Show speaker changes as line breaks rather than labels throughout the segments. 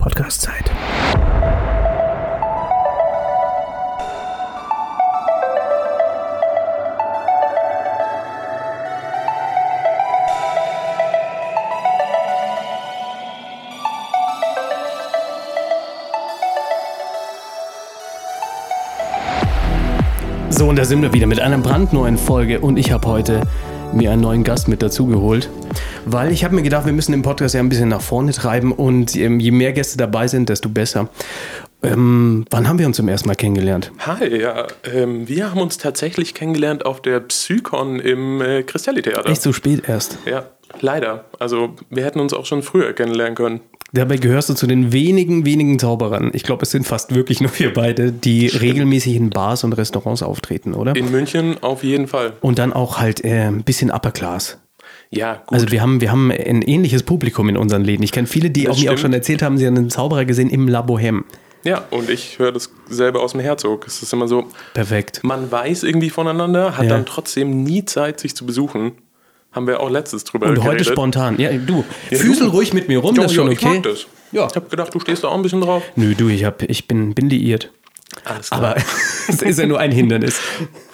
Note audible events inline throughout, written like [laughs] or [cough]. Podcast-Zeit. So, und da sind wir wieder mit einer brandneuen Folge und ich habe heute mir einen neuen Gast mit dazugeholt, weil ich habe mir gedacht, wir müssen den Podcast ja ein bisschen nach vorne treiben und ähm, je mehr Gäste dabei sind, desto besser. Ähm, wann haben wir uns zum ersten Mal kennengelernt?
Hi, ja. Ähm, wir haben uns tatsächlich kennengelernt auf der Psycon im äh, Cristalli-Theater.
Echt so spät erst.
Ja, leider. Also wir hätten uns auch schon früher kennenlernen können.
Dabei gehörst du zu den wenigen, wenigen Zauberern. Ich glaube, es sind fast wirklich nur wir beide, die regelmäßig in Bars und Restaurants auftreten, oder?
In München auf jeden Fall.
Und dann auch halt äh, ein bisschen Upper Class.
Ja, gut.
Also wir haben, wir haben ein ähnliches Publikum in unseren Läden. Ich kenne viele, die
Das
auch mir auch
stimmt.
schon erzählt haben, sie haben einen Zauberer gesehen im La Bohème.
ja, und ich höre das selber aus dem Herzog. Es ist immer so,
Perfekt.
man weiß irgendwie voneinander, hat
Ja.
dann trotzdem nie Zeit, sich zu besuchen. Haben wir auch letztes drüber
Und heute
geredet.
spontan. Ja, du, füßel ruhig mit mir rum,
Jo,
das ist
jo,
schon
Ich
okay.
mag das.
Ja.
Ich habe gedacht, du stehst da auch ein bisschen drauf.
Nö, du, ich, hab, ich bin, bin liiert.
Alles klar.
Aber [laughs] es ist ja nur ein Hindernis.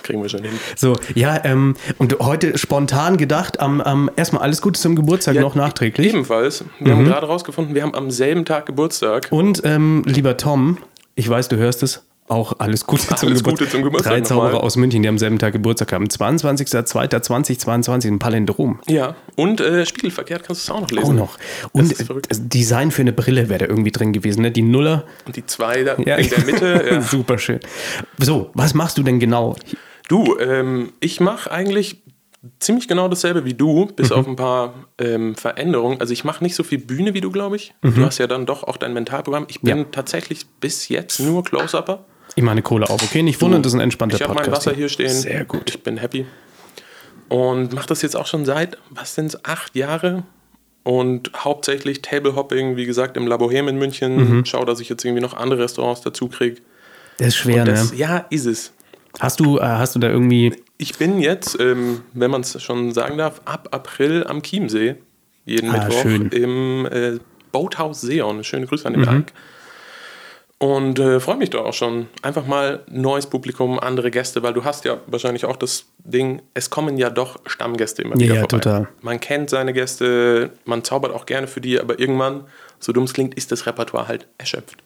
Kriegen wir schon
[laughs]
hin.
So, ja, ähm, und heute spontan gedacht, am, am erstmal alles Gute zum Geburtstag noch nachträglich.
Ebenfalls. Wir
Mhm.
haben gerade rausgefunden, wir haben am selben Tag Geburtstag.
Und ähm, lieber Tom, ich weiß, du hörst es. Auch alles Gute, zum,
Alles
Geburt
Gute zum Geburtstag
Drei
nochmal.
Zauberer aus München, die am selben Tag Geburtstag haben. 22.02.2022 im Palindrom.
Ja, und äh, spiegelverkehrt kannst du es auch noch lesen.
Auch noch.
das
Und
ist verrückt.
äh, Design für eine Brille wäre da irgendwie drin gewesen, ne? Die Nuller.
Und die zwei da in der
[laughs]
Mitte. Ja.
Super schön. So, was machst du denn genau?
Du, ähm, ich mache eigentlich ziemlich genau dasselbe wie du, bis
Mhm.
auf ein paar ähm, Veränderungen. Also ich mache nicht so viel Bühne wie du, glaube ich. Du hast ja dann doch auch dein Mentalprogramm. Ich bin
Mhm. Ja.
tatsächlich bis jetzt nur Close-Upper.
Ich meine Kohle auf, okay? Nicht wundern, das ist ein entspannter
Ich habe
Podcast.
mein Wasser hier stehen.
Sehr gut.
Ich bin happy. Und mache das jetzt auch schon seit, was sind es, acht Jahre. Und hauptsächlich Tablehopping, wie gesagt, im La Bohème in München.
Mhm.
Schau, dass ich jetzt irgendwie noch andere Restaurants dazu kriege.
Das ist schwer,
Das,
ne?
ja, ist es.
Hast du, äh, hast du da irgendwie.
Ich bin jetzt, ähm, wenn man es schon sagen darf, ab April am Chiemsee. Jeden
Ah,
Mittwoch
schön. Mhm.
im äh, Boathaus Seon. Schöne Grüße an den Berg. Und äh, freue mich da auch schon. Einfach mal neues Publikum, andere Gäste, weil du hast ja wahrscheinlich auch das Ding, es kommen ja doch Stammgäste immer wieder
ja,
vorbei.
total.
Man kennt seine Gäste, man zaubert auch gerne für die, aber irgendwann, so dumm es klingt, ist das Repertoire halt erschöpft.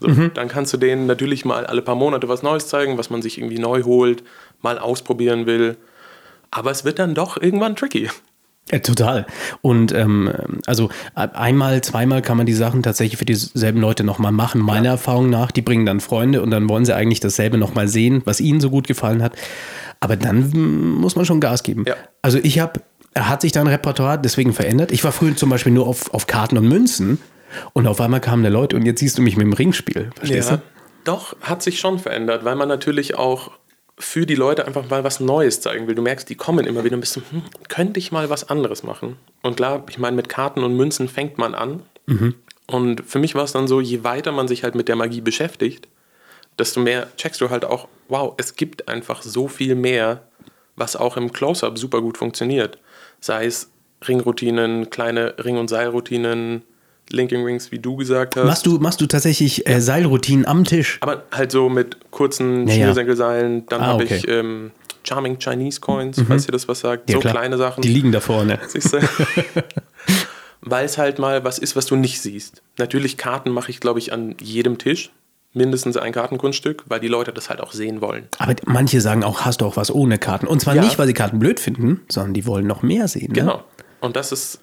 So,
Mhm.
Dann kannst du denen natürlich mal alle paar Monate was Neues zeigen, was man sich irgendwie neu holt, mal ausprobieren will. Aber es wird dann doch irgendwann tricky.
Äh, total. Und ähm, also äh, einmal, zweimal kann man die Sachen tatsächlich für dieselben Leute nochmal machen, meiner Erfahrung nach. Die bringen dann Freunde und dann wollen sie eigentlich dasselbe nochmal sehen, was ihnen so gut gefallen hat. Aber dann mm, muss man schon Gas geben.
Ja.
Also ich habe, hat sich dein Repertoire deswegen verändert? Ich war früher zum Beispiel nur auf, auf Karten und Münzen und auf einmal kamen da Leute und jetzt siehst du mich mit dem Ringspiel. Verstehst du?
Doch, hat sich schon verändert, weil man natürlich auch für die Leute einfach mal was Neues zeigen will. Du merkst, die kommen immer wieder und bist so, hm, könnte ich mal was anderes machen? Und klar, ich meine, mit Karten und Münzen fängt man an.
Mhm.
Und für mich war es dann so, je weiter man sich halt mit der Magie beschäftigt, desto mehr checkst du halt auch, wow, es gibt einfach so viel mehr, was auch im Close-Up super gut funktioniert. Sei es Ringroutinen, kleine Ring- und Seilroutinen, Linking Rings, wie du gesagt hast.
Machst du, machst du tatsächlich äh, Seilroutinen am Tisch?
Aber halt so mit kurzen
Ja, ja.
Schnürsenkelseilen. Dann
Ah,
habe
okay. Mhm.
ich ähm, Charming Chinese Coins, falls ihr das was sagt.
Ja,
so
klar.
kleine Sachen.
Die liegen da vorne. [laughs]
Siehst du? Weil es halt mal was ist, was du nicht siehst. Natürlich, Karten mache ich, glaube ich, an jedem Tisch. Mindestens ein Kartenkunststück, weil die Leute das halt auch sehen wollen.
Aber manche sagen auch, hast du auch was ohne Karten. Und zwar
Ja.
nicht, weil sie Karten blöd finden, sondern die wollen noch mehr sehen. Ne?
Genau. Und das ist,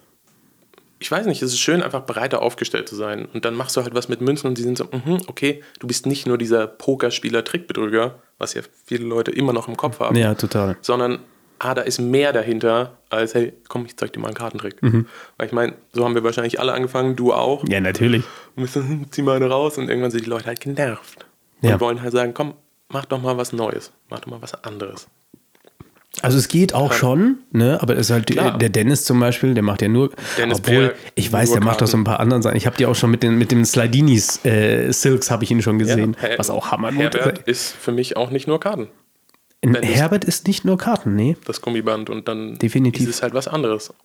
ich weiß nicht, es ist schön, einfach breiter aufgestellt zu sein. Und dann machst du halt was mit Münzen und die sind so, mhm, okay, du bist nicht nur dieser Pokerspieler-Trickbetrüger, was ja viele Leute immer noch im Kopf haben.
Ja, total.
sondern ah, da ist mehr dahinter als, hey, komm, ich zeig dir mal einen Kartentrick. Weil ich meine, so haben wir wahrscheinlich alle angefangen, du auch.
Mhm. Ja, natürlich.
Und wir so, hm, [laughs] zieh mal eine raus und irgendwann sind die Leute halt genervt.
Ja.
Und wollen halt sagen, komm, mach doch mal was Neues, mach doch mal was anderes.
Also es geht auch schon, ne? aber es ist halt
Klar.
der Dennis zum Beispiel, der macht ja nur,
Dennis
obwohl,
Peer,
ich weiß,
nur
der macht auch
Karten.
so ein paar anderen Sachen. Ich habe die auch schon mit, den, mit dem Slidinis äh, Silks, habe ich ihn schon gesehen,
Her-
was auch hammergut
Herbert
ist.
ist für mich auch nicht nur Karten,
In-
Dennis.
Herbert ist nicht nur Karten, ne? nee.
das Gummiband. Und dann
Definitiv.
ist es halt was anderes. Und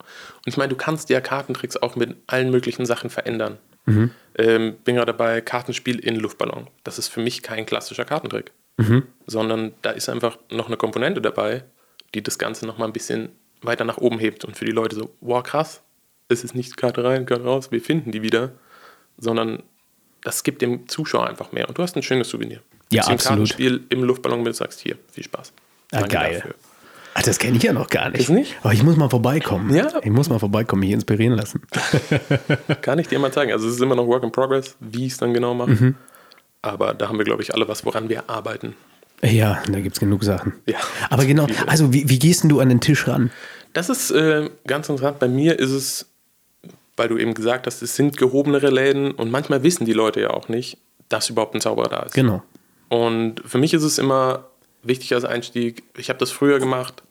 ich meine, du kannst ja Kartentricks auch mit allen möglichen Sachen verändern.
Mhm.
Ähm, bin gerade dabei, Kartenspiel in Luftballon. Das ist für mich kein klassischer Kartentrick,
Mhm.
sondern da ist einfach noch eine Komponente dabei, die das Ganze nochmal ein bisschen weiter nach oben hebt und für die Leute so, wow, krass, es ist nicht Karte rein, Karte raus, wir finden die wieder, sondern das gibt dem Zuschauer einfach mehr. Und du hast ein schönes Souvenir.
Ja,
Gibst ihm ein
absolut.
Kartenspiel im Luftballon mit und sagst, hier, viel Spaß.
Ah,
Danke
geil. Ach, Ah, das kenne ich ja noch gar nicht.
Ist nicht?
Aber ich muss mal vorbeikommen.
Ja.
Ich muss mal vorbeikommen, mich inspirieren
[laughs]
lassen.
Kann ich dir mal zeigen. Also es ist immer noch Work in Progress, wie ich es dann genau mache. Aber da haben wir, glaube ich, alle was, woran wir arbeiten.
Ja, da gibt es genug Sachen.
Ja.
Aber genau, also wie, wie gehst denn du an den Tisch ran?
Das ist äh, ganz interessant. Bei mir ist es, weil du eben gesagt hast, es sind gehobenere Läden und manchmal wissen die Leute ja auch nicht, dass überhaupt ein Zauberer da ist.
Genau.
Und für mich ist es immer wichtig als Einstieg, ich habe das früher gemacht,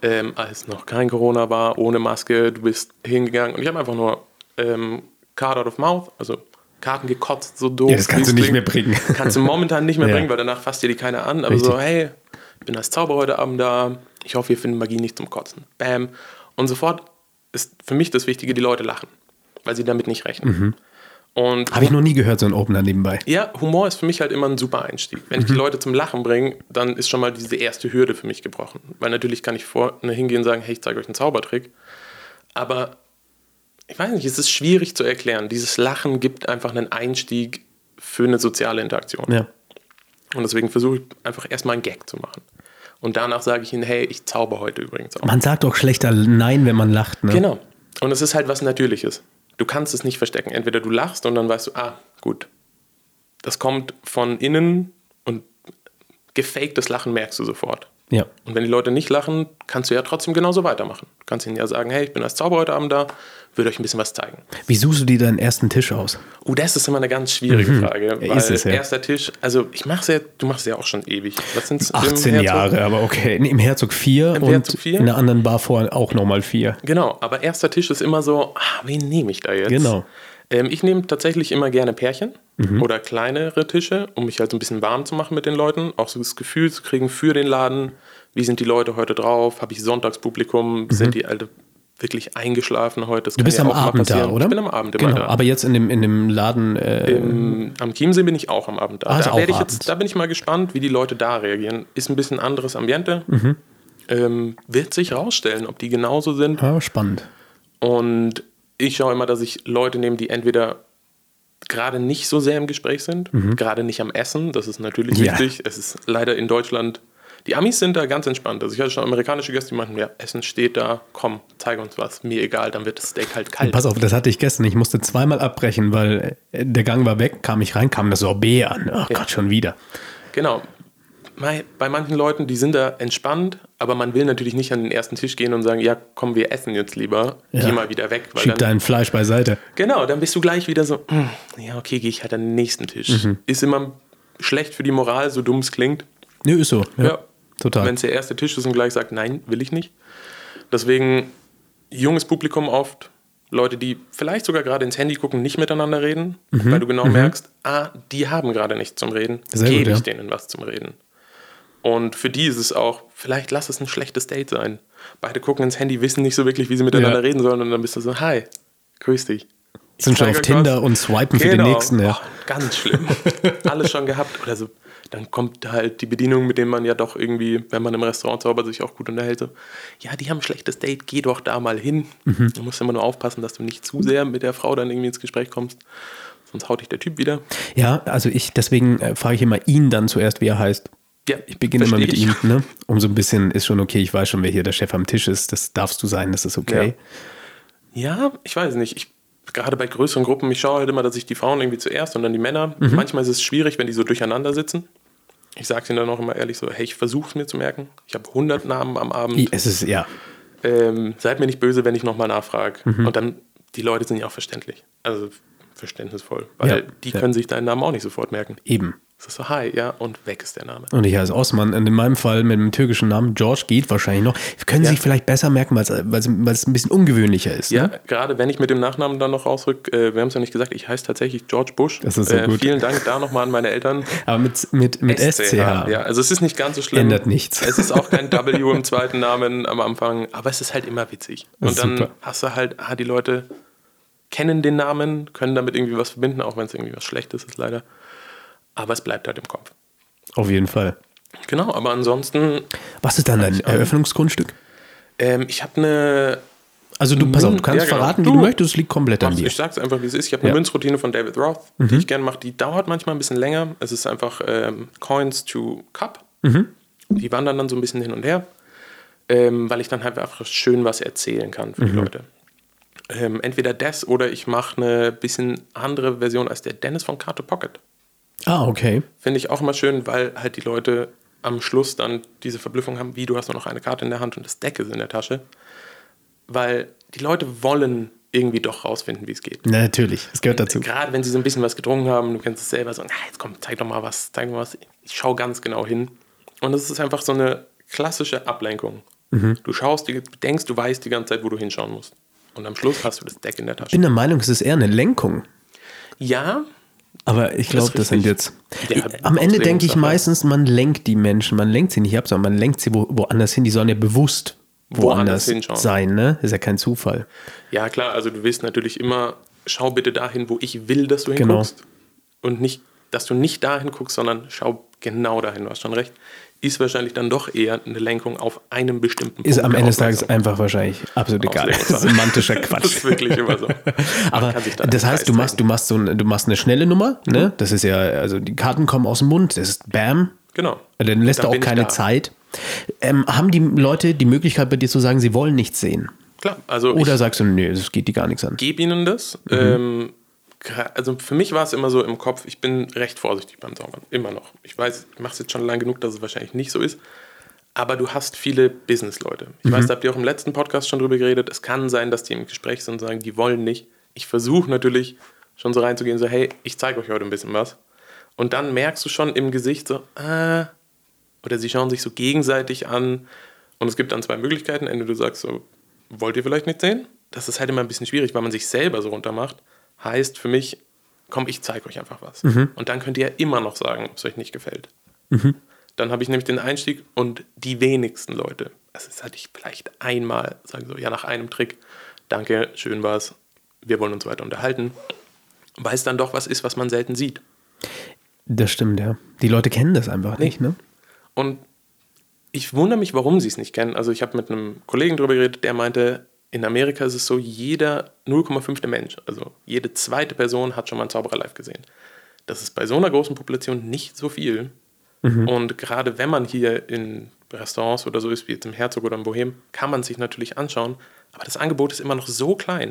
ähm, als noch kein Corona war, ohne Maske, du bist hingegangen und ich habe einfach nur ähm, Card out of Mouth, also Karten gekotzt, so doof.
Ja, das kannst
wie
du
es
nicht mehr
klingt.
bringen.
Kannst du momentan nicht
[laughs]
mehr
Ja.
bringen, weil danach fasst dir die keiner an. Aber
Richtig.
so, hey, ich bin als Zauberer heute Abend da, ich hoffe, ihr findet Magie nicht zum Kotzen. Bam. Und sofort ist für mich das Wichtige, die Leute lachen, weil sie damit nicht
Mhm.
rechnen. Und
Habe ich noch nie gehört, so ein Opener nebenbei.
ja, Humor ist für mich halt immer ein super Einstieg. Wenn ich die Leute zum Lachen bringe, dann ist schon mal diese erste Hürde für mich gebrochen. Weil natürlich kann ich vorne hingehen und sagen, hey, ich zeige euch einen Zaubertrick. Aber ich weiß nicht, es ist schwierig zu erklären. Dieses Lachen gibt einfach einen Einstieg für eine soziale Interaktion.
Ja.
Und deswegen versuche ich einfach erstmal einen Gag zu machen. Und danach sage ich ihnen, hey, ich zauber heute übrigens auch.
Man sagt doch schlechter Nein, wenn man lacht. Ne?
Genau. Und es ist halt was Natürliches. Du kannst es nicht verstecken. Entweder du lachst und dann weißt du, ah, gut. Das kommt von innen und gefaktes Lachen merkst du sofort.
Ja.
Und wenn die Leute nicht lachen, kannst du ja trotzdem genauso weitermachen. Du kannst ihnen ja sagen, hey, ich bin als Zauberer heute Abend da, würde euch ein bisschen was zeigen.
Wie suchst du dir deinen ersten Tisch aus?
Oh, das ist immer eine ganz schwierige Frage. Weil
Ist es, Mhm. ja.
erster Tisch, also ich mach's ja, du machst es ja auch schon ewig. Was sind's?
18 Jahre, aber okay. Nee, Im Herzog 4 und
Herzog
in
4?
einer anderen Bar vor auch nochmal 4.
Genau, aber erster Tisch ist immer so, ah, wen nehme ich da jetzt?
Genau. Mhm.
Ähm, ich nehme tatsächlich immer gerne Pärchen oder kleinere Tische, um mich halt so ein bisschen warm zu machen mit den Leuten, auch so das Gefühl zu kriegen für den Laden, wie sind die Leute heute drauf, habe ich Sonntagspublikum, sind die alle wirklich eingeschlafen heute? Das
Mhm. Du bist am Abend da, oder?
Ich bin am Abend immer
genau,
da.
Aber jetzt in dem, in dem Laden. Äh,
Am- am Chiemsee bin ich auch am Abend da.
Ah, ist
da,
auch
werd ich
abends.
jetzt, da bin ich mal gespannt, wie die Leute da reagieren. Ist ein bisschen anderes Ambiente.
Mhm.
Ähm, wird sich rausstellen, ob die genauso sind.
ja, Ah, spannend.
Und ich schaue immer, dass ich Leute nehme, die entweder gerade nicht so sehr im Gespräch sind, gerade nicht am Essen, das ist natürlich
Mhm. Ja.
wichtig. Es ist leider in Deutschland, die Amis sind da ganz entspannt. Also ich hatte schon amerikanische Gäste, die meinten, ja, Essen steht da, komm, zeig uns was, mir egal, dann wird das Steak halt kalt.
Pass auf, das hatte ich gestern. Ich musste zweimal abbrechen, weil äh, der Gang war weg, kam ich rein, kam das Sorbet an. Ach Gott, schon wieder.
Genau. Bei bei manchen Leuten, die sind da entspannt, aber man will natürlich nicht an den ersten Tisch gehen und sagen, ja, komm, wir essen jetzt lieber, geh mal wieder weg. Weil
Schieb
dann,
dein Fleisch beiseite.
Genau, dann bist du gleich wieder so, "Hm, ja, okay, gehe ich halt an den nächsten Tisch.
Mhm.
Ist immer schlecht für die Moral, so dumm es klingt.
Nö, ist so. Ja.
Ja.
Total.
Wenn es der erste Tisch ist und gleich sagt, nein, will ich nicht. Deswegen junges Publikum oft, Leute, die vielleicht sogar gerade ins Handy gucken, nicht miteinander reden, weil du genau merkst, ah, die haben gerade nichts zum Reden,
Mhm. Sehr
gebe
gut,
ich
ja.
denen was zum Reden. Und für die ist es auch, vielleicht lass es ein schlechtes Date sein. Beide gucken ins Handy, wissen nicht so wirklich, wie sie miteinander
Ja.
reden sollen und dann bist du so, hi, grüß dich.
Sind schon auf
Tiger Cross.
Tinder und swipen für den nächsten. Ja.
Oh, ganz schlimm. Alles schon gehabt. Oder so. Dann kommt halt die Bedienung, mit dem man ja doch irgendwie, wenn man im Restaurant zaubert, sich auch gut unterhält. So, ja, die haben ein schlechtes Date, geh doch da mal hin.
Mhm.
Du musst immer nur aufpassen, dass du nicht zu sehr mit der Frau dann irgendwie ins Gespräch kommst. Sonst haut dich der Typ wieder.
ja, also ich, deswegen äh, frage ich immer ihn dann zuerst, wie er heißt.
Ja,
Ich beginne immer
versteh
mit
ich.
ihm, ne? Um so ein bisschen ist schon okay, ich weiß schon, wer hier der Chef am Tisch ist, das darfst du sein, das ist okay.
Ja, ich weiß nicht. Ich, gerade bei größeren Gruppen, ich schaue halt immer, dass ich die Frauen irgendwie zuerst und dann die Männer.
Mhm.
Manchmal ist es schwierig, wenn die so durcheinander sitzen. Ich sage ihnen dann auch immer ehrlich so, hey, ich versuche es mir zu merken. Ich habe 100 Namen am Abend.
I- Es ist, ja.
ähm, seid mir nicht böse, wenn ich nochmal nachfrage.
Mhm.
Und dann, die Leute sind ja auch verständlich. Also verständnisvoll. Weil
Ja,
die
ja.
können sich deinen Namen auch nicht sofort merken.
Eben.
Es ist so, hi, ja, und weg ist der Name.
Und ich heiße Osman. Und in meinem Fall mit dem türkischen Namen, George geht wahrscheinlich noch. Können Sie sich vielleicht besser merken, weil es- weil es weil es ein bisschen ungewöhnlicher ist.
Ja,
Ne?
gerade wenn ich mit dem Nachnamen dann noch rausrück, äh, wir haben es ja nicht gesagt, ich heiße tatsächlich George Bush. Äh,
Das ist so gut.
Vielen Dank da nochmal an meine
[laughs]
Eltern.
Aber mit, mit, mit SCH.
Ja, also es ist nicht ganz so schlimm.
Ändert nichts.
Es ist
[laughs]
auch kein W im zweiten Namen am Anfang, aber es ist halt immer witzig.
Das
Und
ist
dann
super.
hast du halt, ah, die Leute kennen den Namen, können damit irgendwie was verbinden, auch wenn es irgendwie was Schlechtes ist, leider. Aber es bleibt halt im Kopf.
Auf jeden Fall.
Genau, aber ansonsten,
Was ist dann dein Eröffnungsgrundstück?
ähm, ich habe eine
Also du, pass auf, du
Ja,
kannst
genau.
verraten, wie
Du-
du möchtest, liegt komplett an
Mach's,
dir.
ich sag's einfach, wie es ist. Ich habe eine
Ja.
Münzroutine von David Roth, die ich gerne mache. Die dauert manchmal ein bisschen länger. Es ist einfach ähm, Coins to Cup. Die wandern dann so ein bisschen hin und her, ähm, weil ich dann halt einfach schön was erzählen kann für die Leute. Ähm, entweder das oder ich mache eine bisschen andere Version als der Dennis von Car to Pocket.
Ah, okay.
Finde ich auch immer schön, weil halt die Leute am Schluss dann diese Verblüffung haben, wie du hast nur noch eine Karte in der Hand und das Deck ist in der Tasche. Weil die Leute wollen irgendwie doch rausfinden, wie es geht.
Na, natürlich, es gehört dazu.
Gerade wenn sie so ein bisschen was getrunken haben, du kennst es selber, so, na, jetzt komm, zeig doch mal was, zeig doch mal was. Ich schaue ganz genau hin. Und das ist einfach so eine klassische Ablenkung.
Mhm.
Du schaust, du denkst, du weißt die ganze Zeit, wo du hinschauen musst. Und am Schluss hast du das Deck in der
Ich bin
Tasche.
der Meinung, es ist eher eine Lenkung.
Ja,
Aber ich
Das
glaube,
ist
das sind
richtig.
jetzt.
Ja,
Ich, am Ende denke ich
Auslegungssache.
meistens, man lenkt die Menschen. Man lenkt sie nicht ab, sondern man lenkt sie wo, woanders hin. Die sollen ja bewusst
Woanders
woanders,
hinschauen.
sein, ne? Ist ja kein Zufall.
ja klar, also du willst natürlich immer, schau bitte dahin, wo ich will, dass du
Genau.
hinguckst. Und nicht, dass du nicht dahin guckst, sondern schau genau dahin, du hast schon recht. Ist wahrscheinlich dann doch eher eine Lenkung auf einem bestimmten Punkt.
Ist am
der
Ende des Tages
Aufmerksamkeit.
einfach wahrscheinlich absolut egal.
Auslegungssache. [laughs]
Semantischer Quatsch.
Das ist wirklich immer
[laughs]
so. Man
Aber
kann sich da
das
nicht Mhm.
heißt, du machst, du
reißen.
machst so ein, du machst eine schnelle Nummer, ne? Das ist ja, also die Karten kommen aus dem Mund, das ist Bam. Also
Genau.
Dann lässt
Dann
du
bin
auch
ich
keine
da.
Zeit. Ähm, haben die Leute die Möglichkeit bei dir zu sagen, sie wollen nichts sehen?
Klar, also
Oder
ich
sagst du, nee, es geht dir gar nichts an?
gebe ihnen das. Ähm, gra- also für mich war es immer so im Kopf, ich bin recht vorsichtig beim Zaubern. Immer noch. Ich weiß, ich mache es jetzt schon lang genug, dass es wahrscheinlich nicht so ist. Aber du hast viele Businessleute. Ich weiß, da habt ihr auch im letzten Podcast schon drüber geredet. Es kann sein, dass die im Gespräch sind und sagen, die wollen nicht. Ich versuche natürlich schon so reinzugehen, so, hey, ich zeige euch heute ein bisschen was. Und dann merkst du schon im Gesicht so, ah, oder sie schauen sich so gegenseitig an. Und es gibt dann zwei Möglichkeiten. Entweder du sagst so, wollt ihr vielleicht nicht sehen? Das ist halt immer ein bisschen schwierig, weil man sich selber so runtermacht. Heißt für mich, komm, ich zeige euch einfach was. Und dann könnt ihr ja immer noch sagen, ob es euch nicht gefällt. Dann habe ich nämlich den Einstieg und die wenigsten Leute, also das hatte ich vielleicht einmal, sagen so, ja, nach einem Trick, danke, schön war's, wir wollen uns weiter unterhalten, weil es dann doch was ist, was man selten sieht.
Das stimmt, ja. Die Leute kennen das einfach nicht, ne?
Und ich wundere mich, warum sie es nicht kennen. Also ich habe mit einem Kollegen drüber geredet, der meinte, in Amerika ist es so, jeder 0,5. Mensch, also jede zweite Person hat schon mal einen Zauberer live gesehen. Das ist bei so einer großen Population nicht so viel. Und gerade wenn man hier in Restaurants oder so ist, wie jetzt im Herzog oder im Bohem, kann man sich natürlich anschauen. Aber das Angebot ist immer noch so klein.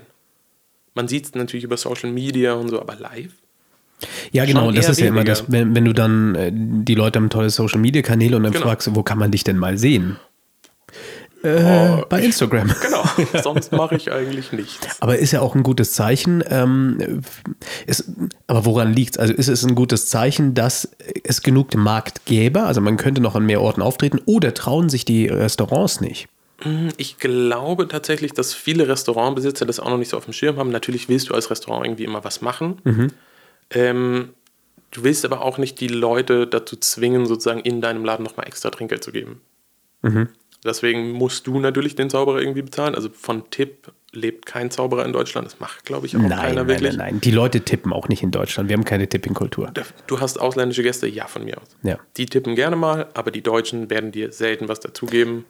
Man sieht es natürlich über Social Media und so, aber live?
Ja,
Schon
genau, das
eher
ist ja immer
weniger.
das, wenn, wenn du dann, äh, die Leute haben tolle Social Media Kanäle und dann
Genau.
fragst du, wo kann man dich denn mal sehen? Äh,
Oh,
bei Instagram. [laughs]
Genau, sonst mache ich eigentlich nichts.
Aber ist ja auch ein gutes Zeichen. Ähm, ist, aber woran liegt es? Also ist es ein gutes Zeichen, dass es genug Markt gäbe? Also man könnte noch an mehr Orten auftreten oder trauen sich die Restaurants nicht?
Hm, Ich glaube tatsächlich, dass viele Restaurantbesitzer das auch noch nicht so auf dem Schirm haben. Natürlich willst du als Restaurant irgendwie immer was machen.
Mhm.
Ähm, du willst aber auch nicht die Leute dazu zwingen, sozusagen in deinem Laden nochmal extra Trinkgeld zu geben.
Mhm.
Deswegen musst du natürlich den Zauberer irgendwie bezahlen. Also von Tipp lebt kein Zauberer in Deutschland. Das macht, glaube ich, auch
Nein,
keiner
nein,
wirklich.
nein, nein. Die Leute tippen auch nicht in Deutschland. Wir haben keine Tipping-Kultur.
Du hast ausländische Gäste, ja, von mir aus.
Ja.
Die tippen gerne mal, aber die Deutschen werden dir selten was dazugeben.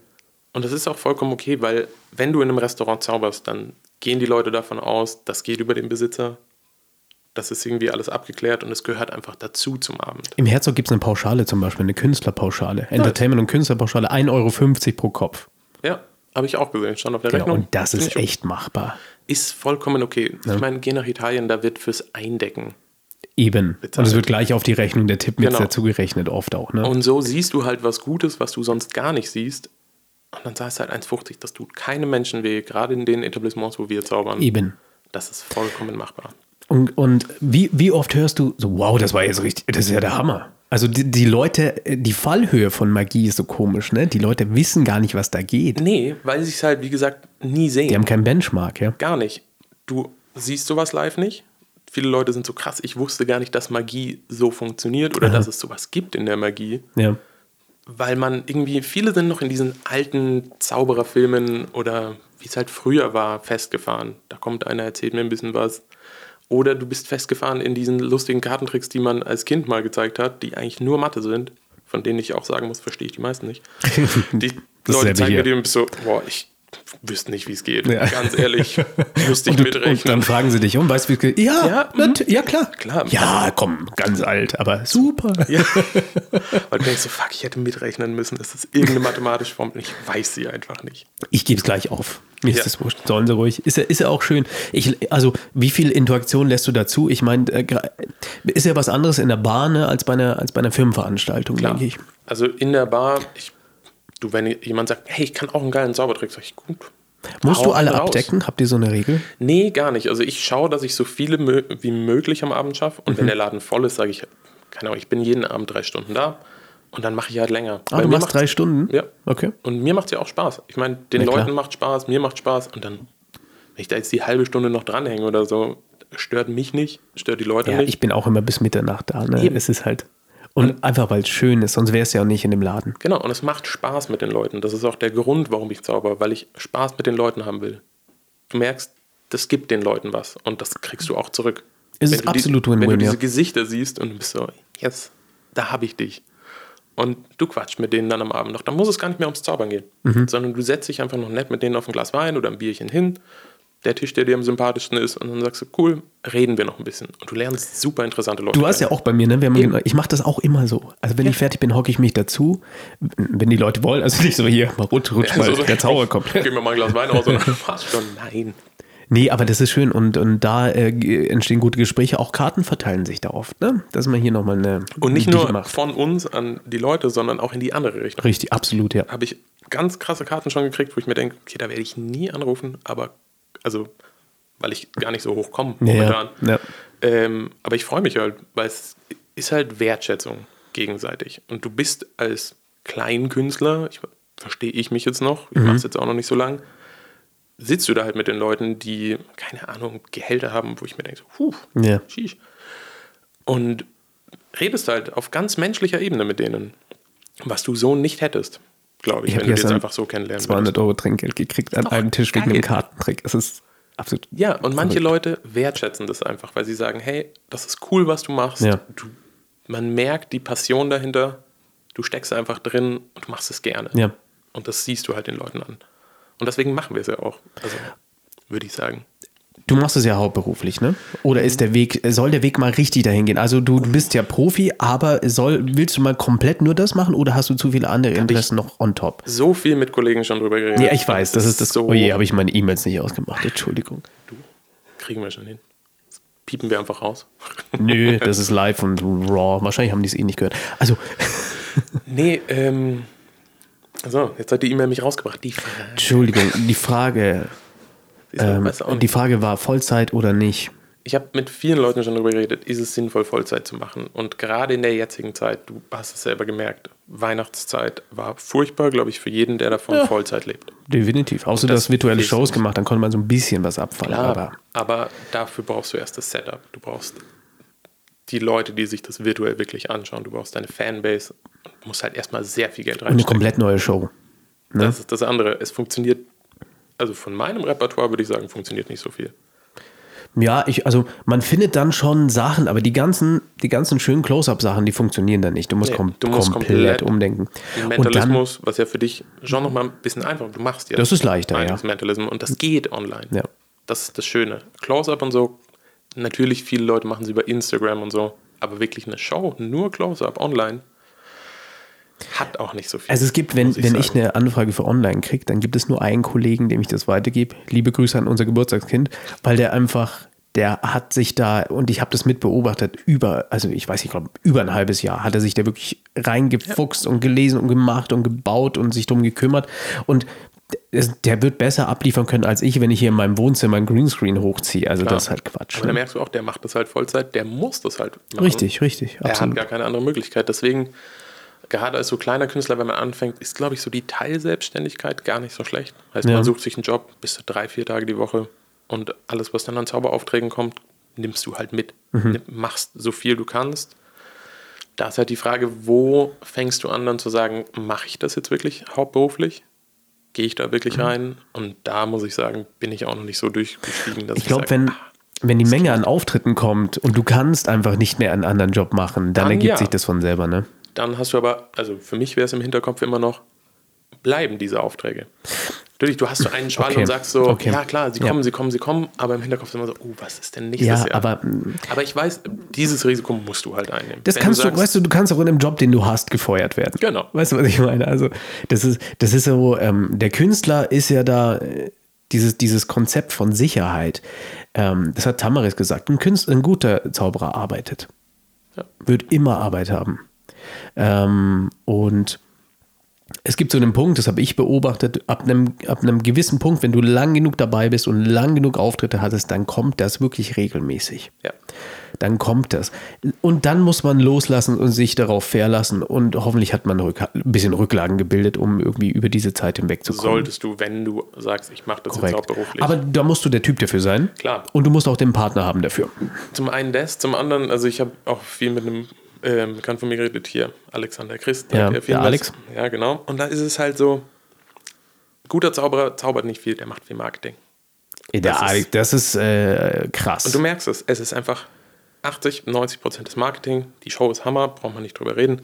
Und das ist auch vollkommen okay, weil wenn du in einem Restaurant zauberst, dann gehen die Leute davon aus, das geht über den Besitzer. Das ist irgendwie alles abgeklärt und es gehört einfach dazu zum Abend.
Im Herzog gibt es eine Pauschale zum Beispiel, eine Künstlerpauschale. Entertainment- und Künstlerpauschale, 1,50 Euro pro Kopf.
Ja, habe ich auch gesehen, stand auf der
Genau,
Rechnung.
und das
Finde
ist
ich-
echt machbar.
Ist vollkommen okay. Ich meine, geh nach Italien, da wird fürs Eindecken
Eben. Und es
Bezahlt.
wird gleich auf die Rechnung der Tipp mit
Genau.
dazugerechnet, oft auch. Ne?
Und so siehst du halt was Gutes, was du sonst gar nicht siehst. Und dann zahlst du halt 1,50. Das tut keinem Menschen weh, gerade in den Etablissements, wo wir zaubern.
Eben.
Das ist vollkommen machbar.
Und, und wie, wie oft hörst du so, wow, das war jetzt richtig, das ist ja der Hammer. Also die, die Leute, äh, die Fallhöhe von Magie ist so komisch, ne? Die Leute wissen gar nicht, was da geht.
Nee, weil sie es halt, wie gesagt, nie sehen.
Die haben keinen Benchmark, ja?
gar nicht. Du siehst sowas live nicht. Viele Leute sind so krass, ich wusste gar nicht, dass Magie so funktioniert oder dass es sowas gibt in der Magie.
Ja.
weil man irgendwie, viele sind noch in diesen alten Zaubererfilmen oder wie es halt früher war, festgefahren. Da kommt einer, erzählt mir ein bisschen was. Oder du bist festgefahren in diesen lustigen Kartentricks, die man als Kind mal gezeigt hat, die eigentlich nur Mathe sind, von denen ich auch sagen muss, verstehe ich die
[laughs]
meisten nicht. Die Leute
Dasselbe
zeigen mir
hier.
die und bist so, boah, ich wüsste nicht, wie es geht.
Ja.
Ganz
[laughs]
ehrlich, müsste ich
Und,
mitrechnen.
und dann fragen sie dich um, weißt du, wie es geht? Ja,
Ja, mhm.
ja, ja, klar.
Klar.
Ja, komm, ganz alt, aber super.
[laughs] Ja. Weil du denkst so, fuck, ich hätte mitrechnen müssen. Das ist irgendeine mathematische Formel. Ich weiß sie einfach nicht.
Ich gebe es gleich auf. Mir
Ja.
ist das wurscht. Sollen sie ruhig. Ist ja, ist ja auch schön. Ich, also, wie viel Interaktion lässt du dazu? Ich meine, äh, gra- ist ja was anderes in der Bahn ne, als bei einer, als bei einer Firmenveranstaltung, denke ich.
Also in der Bar, ich, du, wenn jemand sagt, hey, ich kann auch einen geilen Zaubertrick, sag ich, gut.
Musst
Hau
du alle
raus.
abdecken? Habt ihr so eine Regel?
Nee, gar nicht. Also ich schaue, dass ich so viele mö wie möglich am Abend schaffe.
Mhm.
Und wenn der Laden voll ist, sage ich, keine Ahnung, ich bin jeden Abend drei Stunden da. Und dann mache ich halt länger.
Ah,
Weil
du
mir
machst drei
macht's-
Stunden?
Ja.
Okay.
Und mir macht es ja auch Spaß. Ich meine, den
Na klar.
Leuten macht Spaß, mir macht Spaß. Und dann, wenn ich da jetzt die halbe Stunde noch dranhänge oder so, stört mich nicht, stört die Leute
Ja,
nicht.
ich bin auch immer bis Mitternacht da. Ne?
Eben.
Es ist halt. Und einfach, weil es schön ist, sonst wäre es ja auch nicht in dem Laden.
Genau, und es macht Spaß mit den Leuten. Das ist auch der Grund, warum ich zauber, weil ich Spaß mit den Leuten haben will. Du merkst, das gibt den Leuten was und das kriegst du auch zurück.
Es ist
Wenn du
absolut
die, Wenn du
Win-Win, ja.
diese Gesichter siehst und du bist so, yes, da habe ich dich. Und du quatscht mit denen dann am Abend noch. Dann muss es gar nicht mehr ums Zaubern gehen,
Mhm.
sondern du setzt dich einfach noch nett mit denen auf ein Glas Wein oder ein Bierchen hin. Der Tisch, der dir am sympathischsten ist, und dann sagst du, cool, reden wir noch ein bisschen. Und du lernst super interessante Leute.
Du warst ja auch bei mir, ne? Wir haben genau, ich mache das auch immer so. Also wenn ich fertig bin, hocke ich mich dazu. Wenn die Leute wollen, also [laughs] nicht so hier, mal rutsch, rutsch
Also
mal, der
[laughs]
Zauber kommt.
Gehen wir mal ein Glas Wein raus und dann war's schon. Nein.
Nee, aber das ist schön und, und da äh, ge- entstehen gute Gespräche. Auch Karten verteilen sich da oft, ne? Dass man hier nochmal eine.
Und nicht
eine
nur
Dichte macht.
von uns an die Leute, sondern auch in die andere Richtung.
Richtig, absolut, ja.
Habe ich ganz krasse Karten schon gekriegt, wo ich mir denke, okay, da werde ich nie anrufen, aber also, weil ich gar nicht so hoch komme
Ja, ja. Ja.
Ähm, aber ich freue mich halt, weil es ist halt Wertschätzung gegenseitig. Und du bist als Kleinkünstler, ich, verstehe ich mich jetzt noch, ich
Mhm.
mache es jetzt auch noch nicht so lang, sitzt du da halt mit den Leuten, die, keine Ahnung, Gehälter haben, wo ich mir denke, so, puh,
Ja.
Sheesh. Und redest halt auf ganz menschlicher Ebene mit denen, was du so nicht hättest, glaube ich,
Ich habe
wenn du die jetzt
gestern
einfach so kennenlernen würdest.
200 Euro Trinkgeld gekriegt an einem Tisch wegen einem Kartentrick. Es ist absolut.
Ja, und manche Leute wertschätzen das einfach, weil sie sagen, hey, das ist cool, was du machst.
Ja.
Du, man merkt die Passion dahinter, du steckst einfach drin und machst es gerne.
Ja.
Und das siehst du halt den Leuten an. Und deswegen machen wir es ja auch, also, würde ich sagen.
Du machst es ja hauptberuflich, ne? Oder ist der Weg, soll der Weg mal richtig dahin gehen? Also du bist ja Profi, aber soll, willst du mal komplett nur das machen oder hast du zu viele andere Interessen noch on top?
So viel mit Kollegen schon drüber geredet.
Ja, ich weiß, das ist das.
So
Oh je, habe ich meine E-Mails nicht ausgemacht. Entschuldigung.
kriegen wir schon hin. Das piepen wir
[laughs]
einfach raus.
Nö, das ist live und raw. Wahrscheinlich haben die es eh nicht gehört. Also,
Nee, ähm. So, jetzt hat die E-Mail mich rausgebracht. Die Frage.
Entschuldigung, die Frage,
Siehst du,
ähm,
weißt du auch
die
nicht.
Frage war Vollzeit oder nicht.
Ich habe mit vielen Leuten schon darüber geredet, ist es sinnvoll, Vollzeit zu machen? Und gerade in der jetzigen Zeit, du hast es selber gemerkt, Weihnachtszeit war furchtbar, glaube ich, für jeden, der davon Vollzeit lebt.
Definitiv. Außer du
Das
hast virtuelle
ist-
Shows gemacht, dann konnte man so ein bisschen was abfallen.
Aber,
Aber
aber dafür brauchst du erst das Setup. Du brauchst die Leute, die sich das virtuell wirklich anschauen. Du brauchst deine Fanbase und musst halt erstmal sehr viel Geld
eine
reinstecken.
komplett neue Show. Ne?
Das ist das andere. Es funktioniert, also von meinem Repertoire würde ich sagen, funktioniert nicht so viel.
Ja, ich, also man findet dann schon Sachen, aber die ganzen, die ganzen schönen Close-Up-Sachen, die funktionieren dann nicht. Du musst,
Nee,
kom
du musst
komplett,
komplett
umdenken. Und dann,
Mentalismus, was ja für dich schon nochmal ein bisschen einfacher, du machst ja.
Das ist leichter,
einiges
ja.
Mentalismus und das geht online.
Ja.
Das ist das Schöne. Close-Up und so, natürlich viele Leute machen es über Instagram und so, aber wirklich eine Show, nur Close-Up online, hat auch nicht so viel.
also es gibt, wenn,
muss
wenn ich
sagen.
eine Anfrage für online kriege, dann gibt es nur einen Kollegen, dem ich das weitergebe. Liebe Grüße an unser Geburtstagskind, weil der einfach, der hat sich da, und ich habe das mitbeobachtet, über, also ich weiß nicht, glaube über ein halbes Jahr hat er sich da wirklich reingefuchst und gelesen und gemacht und gebaut und sich drum gekümmert. Und es- der wird besser abliefern können als ich, wenn ich hier in meinem Wohnzimmer einen Greenscreen hochziehe. Also das ist halt Quatsch.
Aber da merkst du auch, der macht das halt Vollzeit, der muss das halt machen.
Richtig, richtig.
Er hat
Absolut.
gar keine andere Möglichkeit. Deswegen, gerade als so kleiner Künstler, wenn man anfängt, ist, glaube ich, so die Teilselbstständigkeit gar nicht so schlecht. Heißt,
Ja.
man sucht sich einen Job bis zu drei, vier Tage die Woche und alles, was dann
Mhm.
an Zauberaufträgen kommt, nimmst du halt mit. Nimm- Machst so viel du kannst. Da ist halt die Frage, wo fängst du an, dann zu sagen, mache ich das jetzt wirklich hauptberuflich? Gehe ich da
Mhm.
wirklich rein? Und da muss ich sagen, bin ich auch noch nicht so durchgestiegen, dass
Ich ah, glaube,
sage,
wenn, wenn die Menge an Auftritten kommt und du kannst einfach nicht mehr einen anderen Job machen, dann
Dann
ergibt
ja.
sich das von selber, ne?
dann hast du aber, also für mich wäre es im Hinterkopf immer noch, bleiben diese Aufträge. Natürlich, du hast so einen Schwall
Okay.
und sagst so,
Okay.
ja klar, sie
Ja.
kommen, sie kommen, sie kommen, aber im Hinterkopf ist immer so, oh, was ist denn nächstes
Ja,
Jahr?
aber mh,
aber ich weiß, dieses Risiko musst du halt einnehmen.
das
Wenn
kannst du,
sagst,
weißt du, du kannst auch in einem Job, den du hast, gefeuert werden.
Genau.
Weißt du, was ich meine? Also, das ist, das ist so, ähm, der Künstler ist ja da, äh, dieses, dieses Konzept von Sicherheit. Ähm, das hat Tamaris gesagt. Ein, Künstler, ein guter Zauberer arbeitet.
Ja.
Wird immer Arbeit haben. Ähm, und es gibt so einen Punkt, das habe ich beobachtet, ab einem, ab einem gewissen Punkt, wenn du lang genug dabei bist und lang genug Auftritte hattest, dann kommt das wirklich regelmäßig
Ja.
dann kommt das. Und dann muss man loslassen und sich darauf verlassen. Und hoffentlich hat man rück, ein bisschen Rücklagen gebildet, um irgendwie über diese Zeit hinwegzukommen.
solltest du, wenn du sagst, ich mache das
Korrekt.
jetzt auch beruflich.
Aber da musst du der Typ dafür sein.
Klar.
Und du musst auch den Partner haben dafür.
zum einen das, zum anderen, also ich habe auch viel mit einem ähm, Bekannten von mir geredet, hier, Alexander Christ. sagt
Ja,
er viel
der
was.
Alex.
Ja, genau. Und da ist es halt so, guter Zauberer zaubert nicht viel, der macht viel Marketing.
Der
ist-
Alex, das ist äh, krass.
Und du merkst es, es ist einfach 80, 90 Prozent des Marketing. Die Show ist Hammer, braucht man nicht drüber reden.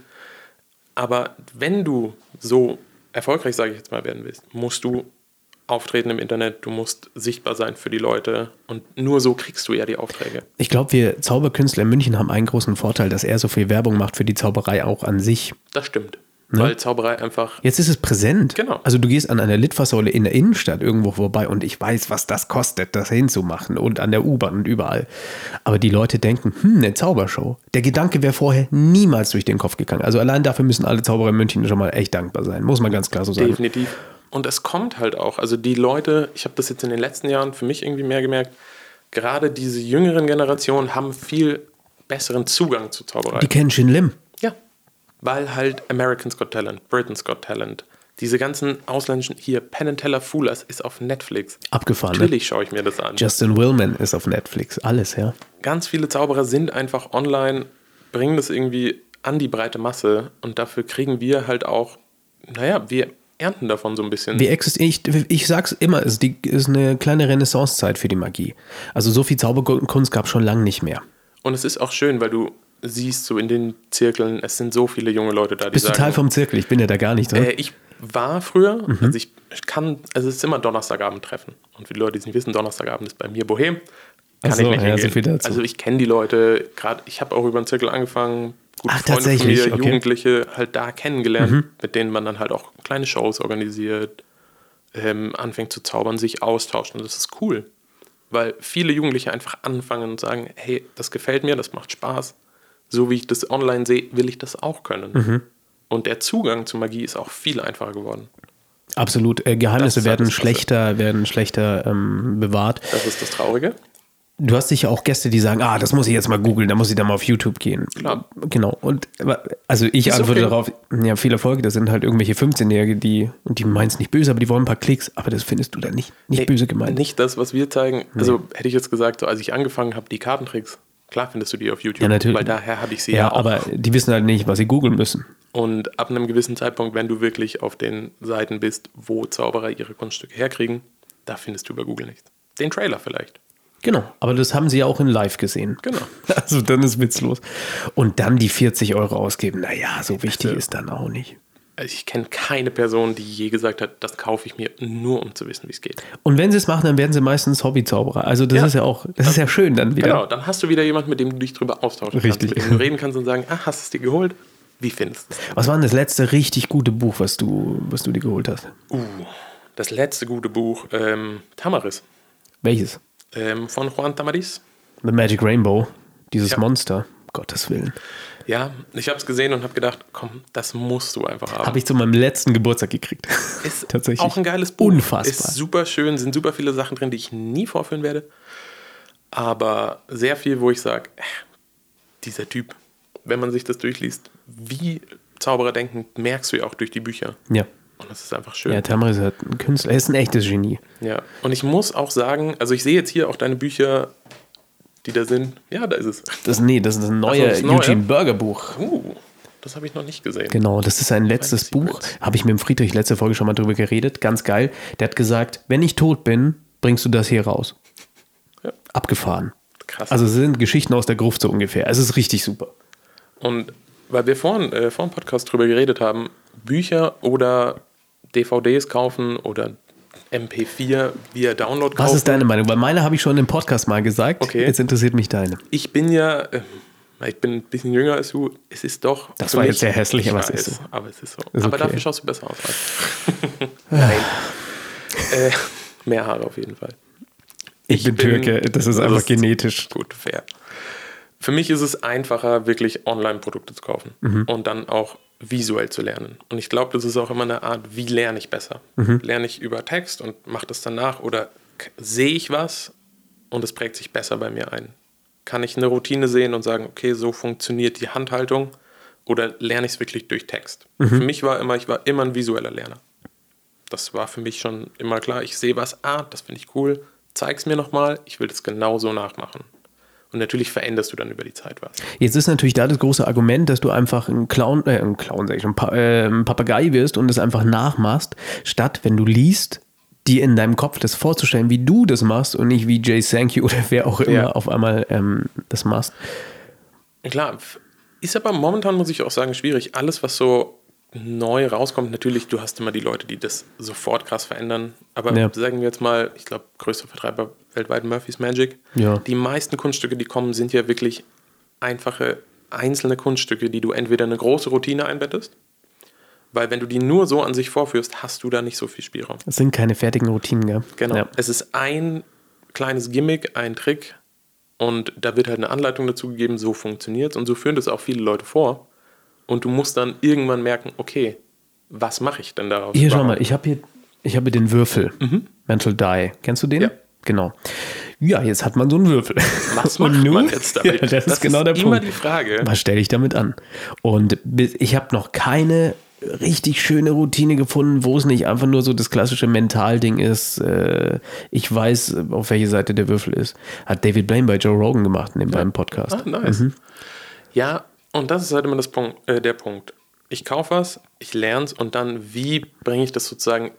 Aber wenn du so erfolgreich, sage ich jetzt mal, werden willst, musst du auftreten im Internet, du musst sichtbar sein für die Leute und nur so kriegst du ja die Aufträge.
ich glaube, wir Zauberkünstler in München haben einen großen Vorteil, dass er so viel Werbung macht für die Zauberei auch an sich.
Das stimmt. Weil Zauberei einfach
Jetzt ist es präsent.
Genau.
Also du gehst an einer Litfaßsäule in der Innenstadt irgendwo vorbei und ich weiß, was das kostet, das hinzumachen und an der U-Bahn und überall. Aber die Leute denken, hm, eine Zaubershow. Der Gedanke wäre vorher niemals durch den Kopf gegangen. Also allein dafür müssen alle Zauberer in München schon mal echt dankbar sein. Muss man ganz klar so sagen.
Definitiv. Und es kommt halt auch. Also die Leute, ich habe das jetzt in den letzten Jahren für mich irgendwie mehr gemerkt, gerade diese jüngeren Generationen haben viel besseren Zugang zu Zauberei.
Die kennen Shin Lim.
ja. Weil halt American's Got Talent, Britain's Got Talent, diese ganzen ausländischen hier, Penn and Teller Foolers ist auf Netflix.
Abgefahren. Ne?
Natürlich schaue ich mir das an.
Justin Willman ist auf Netflix. Alles, ja.
Ganz viele Zauberer sind einfach online, bringen das irgendwie an die breite Masse und dafür kriegen wir halt auch, naja, wir ernten davon so ein bisschen.
Wir existieren, ich, ich sag's immer, es ist, die, ist eine kleine Renaissancezeit für die Magie. Also so viel Zauberkunst gab schon lange nicht mehr.
Und es ist auch schön, weil du siehst so in den Zirkeln, es sind so viele junge Leute da, die
Bist
sagen,
total vom Zirkel, ich bin ja Mhm. da gar nicht drin.
äh, ich war früher, also ich kann, also es ist immer Donnerstagabend treffen. Und für die Leute, die es nicht wissen, Donnerstagabend ist bei mir Bohem.
Ach
Kann
so,
ich nicht
ja,
hingehen.
so viel dazu.
Also ich kenne die Leute, gerade ich habe auch über den Zirkel angefangen, gute
Ach,
Freunde von
tatsächlich,
mir,
okay. Mhm.
Jugendliche halt da kennengelernt, mit denen man dann halt auch kleine Shows organisiert, ähm, anfängt zu zaubern, sich austauscht und das ist cool. Weil viele Jugendliche einfach anfangen und sagen, hey, das gefällt mir, das macht Spaß. So wie ich das online sehe, will ich das auch können.
Mhm.
Und der Zugang zu Magie ist auch viel einfacher geworden.
Absolut. Äh, Geheimnisse
Das ist halt
werden
das Krasse.
schlechter, werden schlechter ähm, bewahrt.
Das ist das Traurige.
Du hast sicher auch Gäste, die sagen, ah, das muss ich jetzt mal googeln, da muss ich dann mal auf YouTube gehen.
Klar.
Genau. Und aber, also ich
Ist
antworte
okay.
darauf, ja, viel Erfolg, das sind halt irgendwelche 15-Jährige, die, und die meinen es nicht böse, aber die wollen ein paar Klicks, aber das findest du dann nicht, nicht
Nee,
böse gemeint.
Nicht das, was wir zeigen. Also hätte ich jetzt gesagt, so als ich angefangen habe, die Kartentricks, klar findest du die auf YouTube.
Ja, natürlich.
Weil daher hatte ich sie
Ja,
ja, auch.
aber die wissen halt nicht, was sie googeln müssen.
Und ab einem gewissen Zeitpunkt, wenn du wirklich auf den Seiten bist, wo Zauberer ihre Kunststücke herkriegen, da findest du über Google nichts. Den Trailer vielleicht.
Genau, aber das haben sie ja auch in live gesehen.
Genau.
[laughs] Also dann ist witzlos. Und dann die 40 Euro ausgeben, naja, so wichtig ist dann auch nicht.
Also ich kenne keine Person, die je gesagt hat, das kaufe ich mir nur, um zu wissen, wie es geht.
Und wenn sie es machen, dann werden sie meistens Hobbyzauberer. Also das
Ja.
ist ja auch, das ist ja schön dann wieder.
Genau, dann hast du wieder jemanden, mit dem du dich drüber austauschen
Richtig.
kannst, mit dem du reden kannst und sagen, ah, hast du es dir geholt? Wie findest du es?
Was war denn das letzte richtig gute Buch, was du, was du dir geholt hast?
Uh, das letzte gute Buch, ähm, Tamaris,
Welches?
ähm, von Juan Tamaris.
The Magic Rainbow. Dieses
Ja.
Monster. Gottes Willen.
Ja, ich habe es gesehen und habe gedacht, komm, das musst du einfach haben.
Habe ich zu meinem letzten Geburtstag gekriegt.
Oh. Ist
[laughs] Tatsächlich.
auch ein geiles Buch.
Unfassbar.
Ist super schön, sind super viele Sachen drin, die ich nie vorführen werde. Aber sehr viel, wo ich sage, dieser Typ, wenn man sich das durchliest, wie Zauberer denken, merkst du ja auch durch die Bücher.
ja.
Und das ist einfach schön.
Ja, Tamaris hat ein Künstler. Er ist ein echtes Genie.
Ja, und ich muss auch sagen, also ich sehe jetzt hier auch deine Bücher, die da sind. Ja, da ist es.
Das, nee, das ist das neue
das neue?
Eugene Burger Buch.
Uh, das habe ich noch nicht gesehen.
Genau, das ist sein letztes Buch. Habe ich mit dem Friedrich letzte Folge schon mal drüber geredet. Ganz geil. Der hat gesagt, wenn ich tot bin, bringst du das hier raus.
Ja.
Abgefahren.
Krass.
Also es sind Geschichten aus der Gruft so ungefähr. Also Es ist richtig super.
Und weil wir vorhin äh, vor dem Podcast drüber geredet haben, Bücher oder DVDs kaufen oder MP4 via Download kaufen.
Was ist deine Meinung? Weil meine habe ich schon im Podcast mal gesagt.
Oh, Okay.
Jetzt interessiert mich deine.
Ich bin ja, äh, ich bin ein bisschen jünger als du. Es ist doch.
Das
für
war jetzt sehr hässlich,
Ich
aber es ist
weiß, Aber es ist so.
Ist
aber
okay.
dafür schaust du besser aus.
[laughs]
als- Nein. äh, mehr Haare auf jeden Fall.
Ich, bin
bin-
Türke. Das ist
das
einfach
ist-
genetisch.
Gut, fair. Für mich ist es einfacher, wirklich Online-Produkte zu kaufen und dann auch visuell zu lernen. Und ich glaube, das ist auch immer eine Art, wie lerne ich besser? Lerne ich über Text und mache das danach oder k- sehe ich was und es prägt sich besser bei mir ein? Kann ich eine Routine sehen und sagen, okay, so funktioniert die Handhaltung oder lerne ich es wirklich durch Text? Für mich war immer, ich war immer ein visueller Lerner. Das war für mich schon immer klar. Ich sehe was, ah, das finde ich cool, zeig's mir nochmal, ich will das genauso nachmachen. Und natürlich veränderst du dann über die Zeit was.
Jetzt ist natürlich da das große Argument, dass du einfach ein Clown, äh, ein Clown, sag ich schon, pa äh, ein Papagei wirst und es einfach nachmachst, statt wenn du liest, dir in deinem Kopf das vorzustellen, wie du das machst und nicht wie Jay Sankey [laughs] oder wer auch immer
Ja.
auf einmal ähm, das machst.
Klar, f- ist aber momentan, muss ich auch sagen, schwierig. Alles, was so neu rauskommt, natürlich, du hast immer die Leute, die das sofort krass verändern. Aber
Ja.
sagen wir jetzt mal, ich glaube, größter Vertreiber weltweit Murphy's Magic.
Ja.
Die meisten Kunststücke, die kommen, sind ja wirklich einfache einzelne Kunststücke, die du entweder eine große Routine einbettest, weil wenn du die nur so an sich vorführst, hast du da nicht so viel Spielraum.
Das sind keine fertigen Routinen, gell?
Genau.
Ja.
Es ist ein kleines Gimmick, ein Trick und da wird halt eine Anleitung dazu gegeben, so funktioniert und so führen das auch viele Leute vor. Und du musst dann irgendwann merken, okay, was mache ich denn daraus?
Hier, schau
überhaupt?
mal, ich habe hier, ich habe den Würfel. Mental Die. Kennst du den?
Mhm. Ja.
Genau. Ja, jetzt hat man so einen Würfel. [laughs]
Was
Und
macht
nun?
man jetzt damit?
Ja, das, ist genau der
immer
Punkt.
die Frage.
Was stelle ich damit an? Und bis- ich habe noch keine richtig schöne Routine gefunden, wo es nicht einfach nur so das klassische Mentalding ist. Äh, ich weiß, auf welche Seite der Würfel ist. Hat David Blaine bei Joe Rogan gemacht in dem beiden Podcast.
Ah, nice.
Mhm.
Ja, und das ist halt immer das Punkt, äh, der Punkt. Ich kaufe was, ich lerne es und dann, wie bringe ich das sozusagen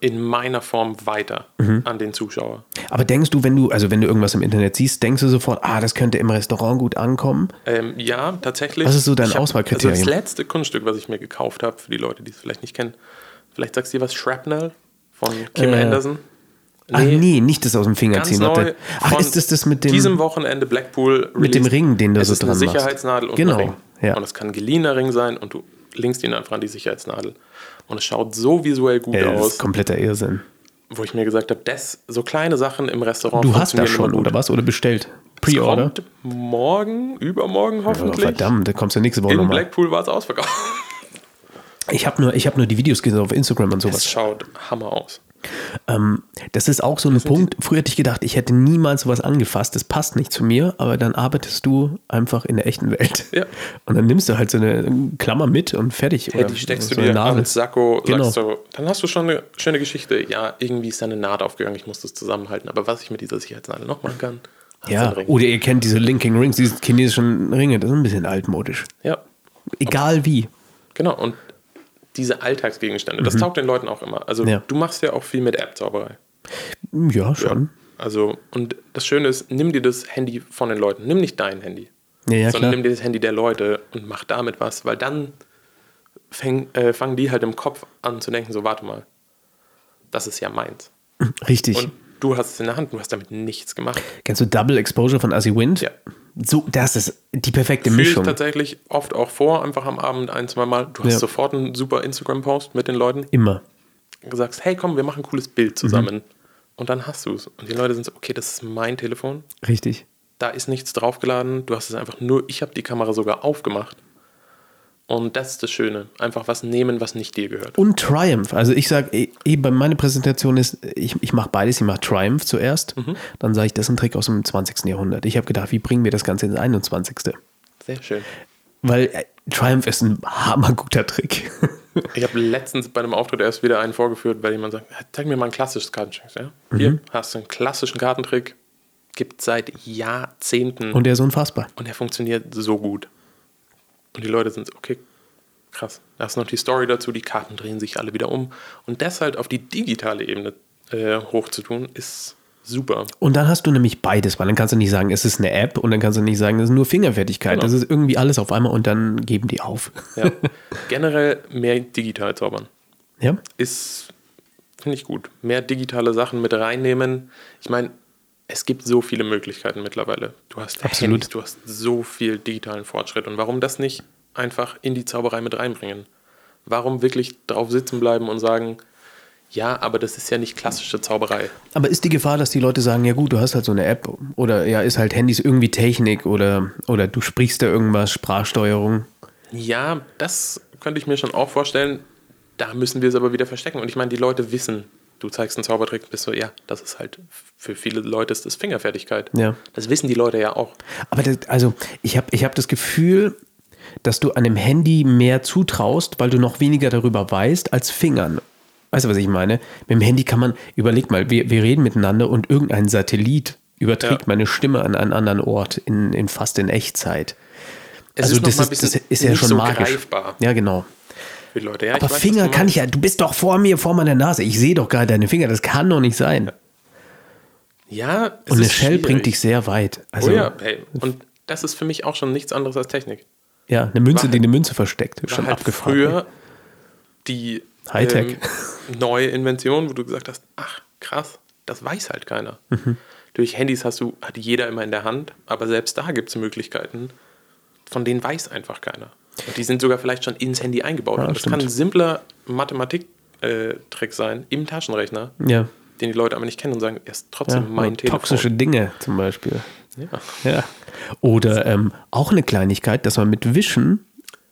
in meiner Form weiter
Mhm.
an den Zuschauer?
Aber denkst du, wenn du, also wenn du irgendwas im Internet siehst, denkst du sofort, ah, das könnte im Restaurant gut ankommen?
Ähm, ja, tatsächlich.
Was ist so dein
Ich hab-
Auswahlkriterium?
Also das letzte Kunststück, was ich mir gekauft habe, für die Leute, die es vielleicht nicht kennen, vielleicht sagst du dir was, Shrapnel von Kim
Äh,
Anderson.
Ach nee, nicht das aus dem Finger
ganz
ziehen.
neu.
Leute. Ach,
von
ist das das mit dem...
Diesem Wochenende Blackpool
Mit dem
released.
Ring, den du
es
so
ist eine
dran machst.
Sicherheitsnadel und
Genau,
ein Ring.
ja.
Und es kann ein geliehener Ring sein und du linkst ihn einfach an die Sicherheitsnadel. Und es schaut so visuell gut
äh, das ist
aus,
kompletter Irrsinn.
wo ich mir gesagt habe, das, so kleine Sachen im Restaurant
Du hast das
funktionieren
schon,
immer gut.
oder was? Oder bestellt?
Es
Pre-Order?
kommt morgen, übermorgen
Oh,
hoffentlich.
verdammt, da kommst du nächste Woche
In
nochmal.
Blackpool war es ausverkauft.
Ich habe nur, ich hab nur die Videos gesehen auf Instagram und sowas.
Es schaut Hammer aus.
Das ist auch so ein Punkt. Früher hätte ich gedacht, ich hätte niemals sowas angefasst. Das passt nicht zu mir, aber dann arbeitest du einfach in der echten Welt.
Ja.
Und dann nimmst du halt so eine Klammer mit und fertig.
Hey, die steckst
so
du
eine
dir
Nadel.
ans Sakko,
Genau.
sagst du, dann hast du schon eine schöne Geschichte. Ja, irgendwie ist da eine Naht aufgegangen, ich muss das zusammenhalten. Aber was ich mit dieser Sicherheitsnadel noch machen kann, hast du
Ja, oh.
einen Ring.
oder ihr kennt diese Linking Rings, diese chinesischen Ringe, das ist ein bisschen altmodisch.
ja,
Egal wie.
genau. Und diese Alltagsgegenstände, das taugt den Leuten auch immer. Also
Mhm. Ja.
du machst ja auch viel mit App-Zauberei.
Ja, schon.
Also, und das Schöne ist, nimm dir das Handy von den Leuten. Nimm nicht dein Handy.
Ja, ja, klar.
sondern nimm dir das Handy der Leute und mach damit was, weil dann fäng, äh, fangen die halt im Kopf an zu denken, so warte mal, das ist ja meins.
[clears throat] Richtig.
Und du hast es in der Hand, du hast damit nichts gemacht.
Kennst du Double Exposure von Assi Wind?
Ja.
So, das ist die perfekte
Fühle ich
Mischung.
tatsächlich oft auch vor, einfach am Abend ein, zwei Mal. Du hast
Ja.
sofort einen super Instagram-Post mit den Leuten.
Immer.
Du sagst, hey komm, wir machen ein cooles
Mhm.
Bild zusammen. Und dann hast du es. Und die Leute sind so, okay, das ist mein Telefon.
Richtig.
Da ist nichts draufgeladen. Du hast es einfach nur, ich habe die Kamera sogar aufgemacht. Und das ist das Schöne. Einfach was nehmen, was nicht dir gehört.
Und Triumph. Also ich sage, eben meine Präsentation ist, ich, ich mache beides. Ich mache Triumph zuerst.
Mhm.
Dann sage ich, das ist ein Trick aus dem 20. Jahrhundert. Ich habe gedacht, wie bringen wir das Ganze ins 21.
Sehr schön.
Weil äh, Triumph ist ein hammerguter Trick. [laughs]
Ich habe letztens bei einem Auftritt erst wieder einen vorgeführt, weil jemand sagt, zeig mir mal ein klassisches Kartentrick. Ja? Hier hast du einen klassischen Kartentrick, gibt seit Jahrzehnten
Und der ist unfassbar.
und er funktioniert so gut. Und die Leute sind so, okay, krass. Da ist noch die Story dazu, die Karten drehen sich alle wieder um. Und das halt auf die digitale Ebene äh, hochzutun, ist super.
Und dann hast du nämlich beides, weil dann kannst du nicht sagen, es ist eine App und dann kannst du nicht sagen, es ist nur Fingerfertigkeit.
Genau.
Das ist irgendwie alles auf einmal und dann geben die auf.
Ja. Generell mehr digital zaubern.
[laughs] ja?
ist, finde ich gut. Mehr digitale Sachen mit reinnehmen. Ich meine, es gibt so viele Möglichkeiten mittlerweile. Du hast
Absolut.
Handys, du hast so viel digitalen Fortschritt. Und warum das nicht einfach in die Zauberei mit reinbringen? Warum wirklich drauf sitzen bleiben und sagen, ja, aber das ist ja nicht klassische Zauberei.
Aber ist die Gefahr, dass die Leute sagen, ja gut, du hast halt so eine App oder ja, ist halt Handys irgendwie Technik oder, oder du sprichst da irgendwas, Sprachsteuerung.
Ja, das könnte ich mir schon auch vorstellen. Da müssen wir es aber wieder verstecken. Und ich meine, die Leute wissen, du zeigst einen Zaubertrick, bist so, ja, das ist halt, für viele Leute ist das Fingerfertigkeit.
Ja.
Das wissen die Leute ja auch.
Aber das, also ich habe ich hab das Gefühl, dass du einem Handy mehr zutraust, weil du noch weniger darüber weißt als Fingern. Weißt du, was ich meine? Mit dem Handy kann man, überleg mal, wir, wir reden miteinander und irgendein Satellit überträgt
Ja.
meine Stimme an einen anderen Ort in, in fast in Echtzeit.
Es
also
ist noch
das
mal ein
ist, das
bisschen
ist ja
nicht
schon
so
magisch.
greifbar.
Ja, genau.
für die Leute. Ja,
Aber Finger kann ich ja, du bist doch vor mir, vor meiner Nase. Ich sehe doch gerade deine Finger, das kann doch nicht sein.
Ja, es
Und eine
ist
Shell
schwierig.
bringt dich sehr weit. Also,
oh ja, hey. Und das ist für mich auch schon nichts anderes als Technik.
ja, eine Münze,
War
die
halt-
eine Münze versteckt.
War
Schon
halt
abgefahren. ne?
Früher die ähm,
Hightech.
neue Invention, wo du gesagt hast, ach krass, das weiß halt keiner.
Mhm.
Durch Handys hast du, hat jeder immer in der Hand, aber selbst da gibt es Möglichkeiten, von denen weiß einfach keiner. Und die sind sogar vielleicht schon ins Handy eingebaut.
Ja,
Und das
stimmt.
kann ein simpler Mathematiktrick sein im Taschenrechner,
Ja.
den die Leute aber nicht kennen und sagen, er ist
Ja,
trotzdem
oder
mein Telefon.
toxische Dinge zum Beispiel.
Ja.
Ja. Oder ähm, auch eine Kleinigkeit, dass man mit Wischen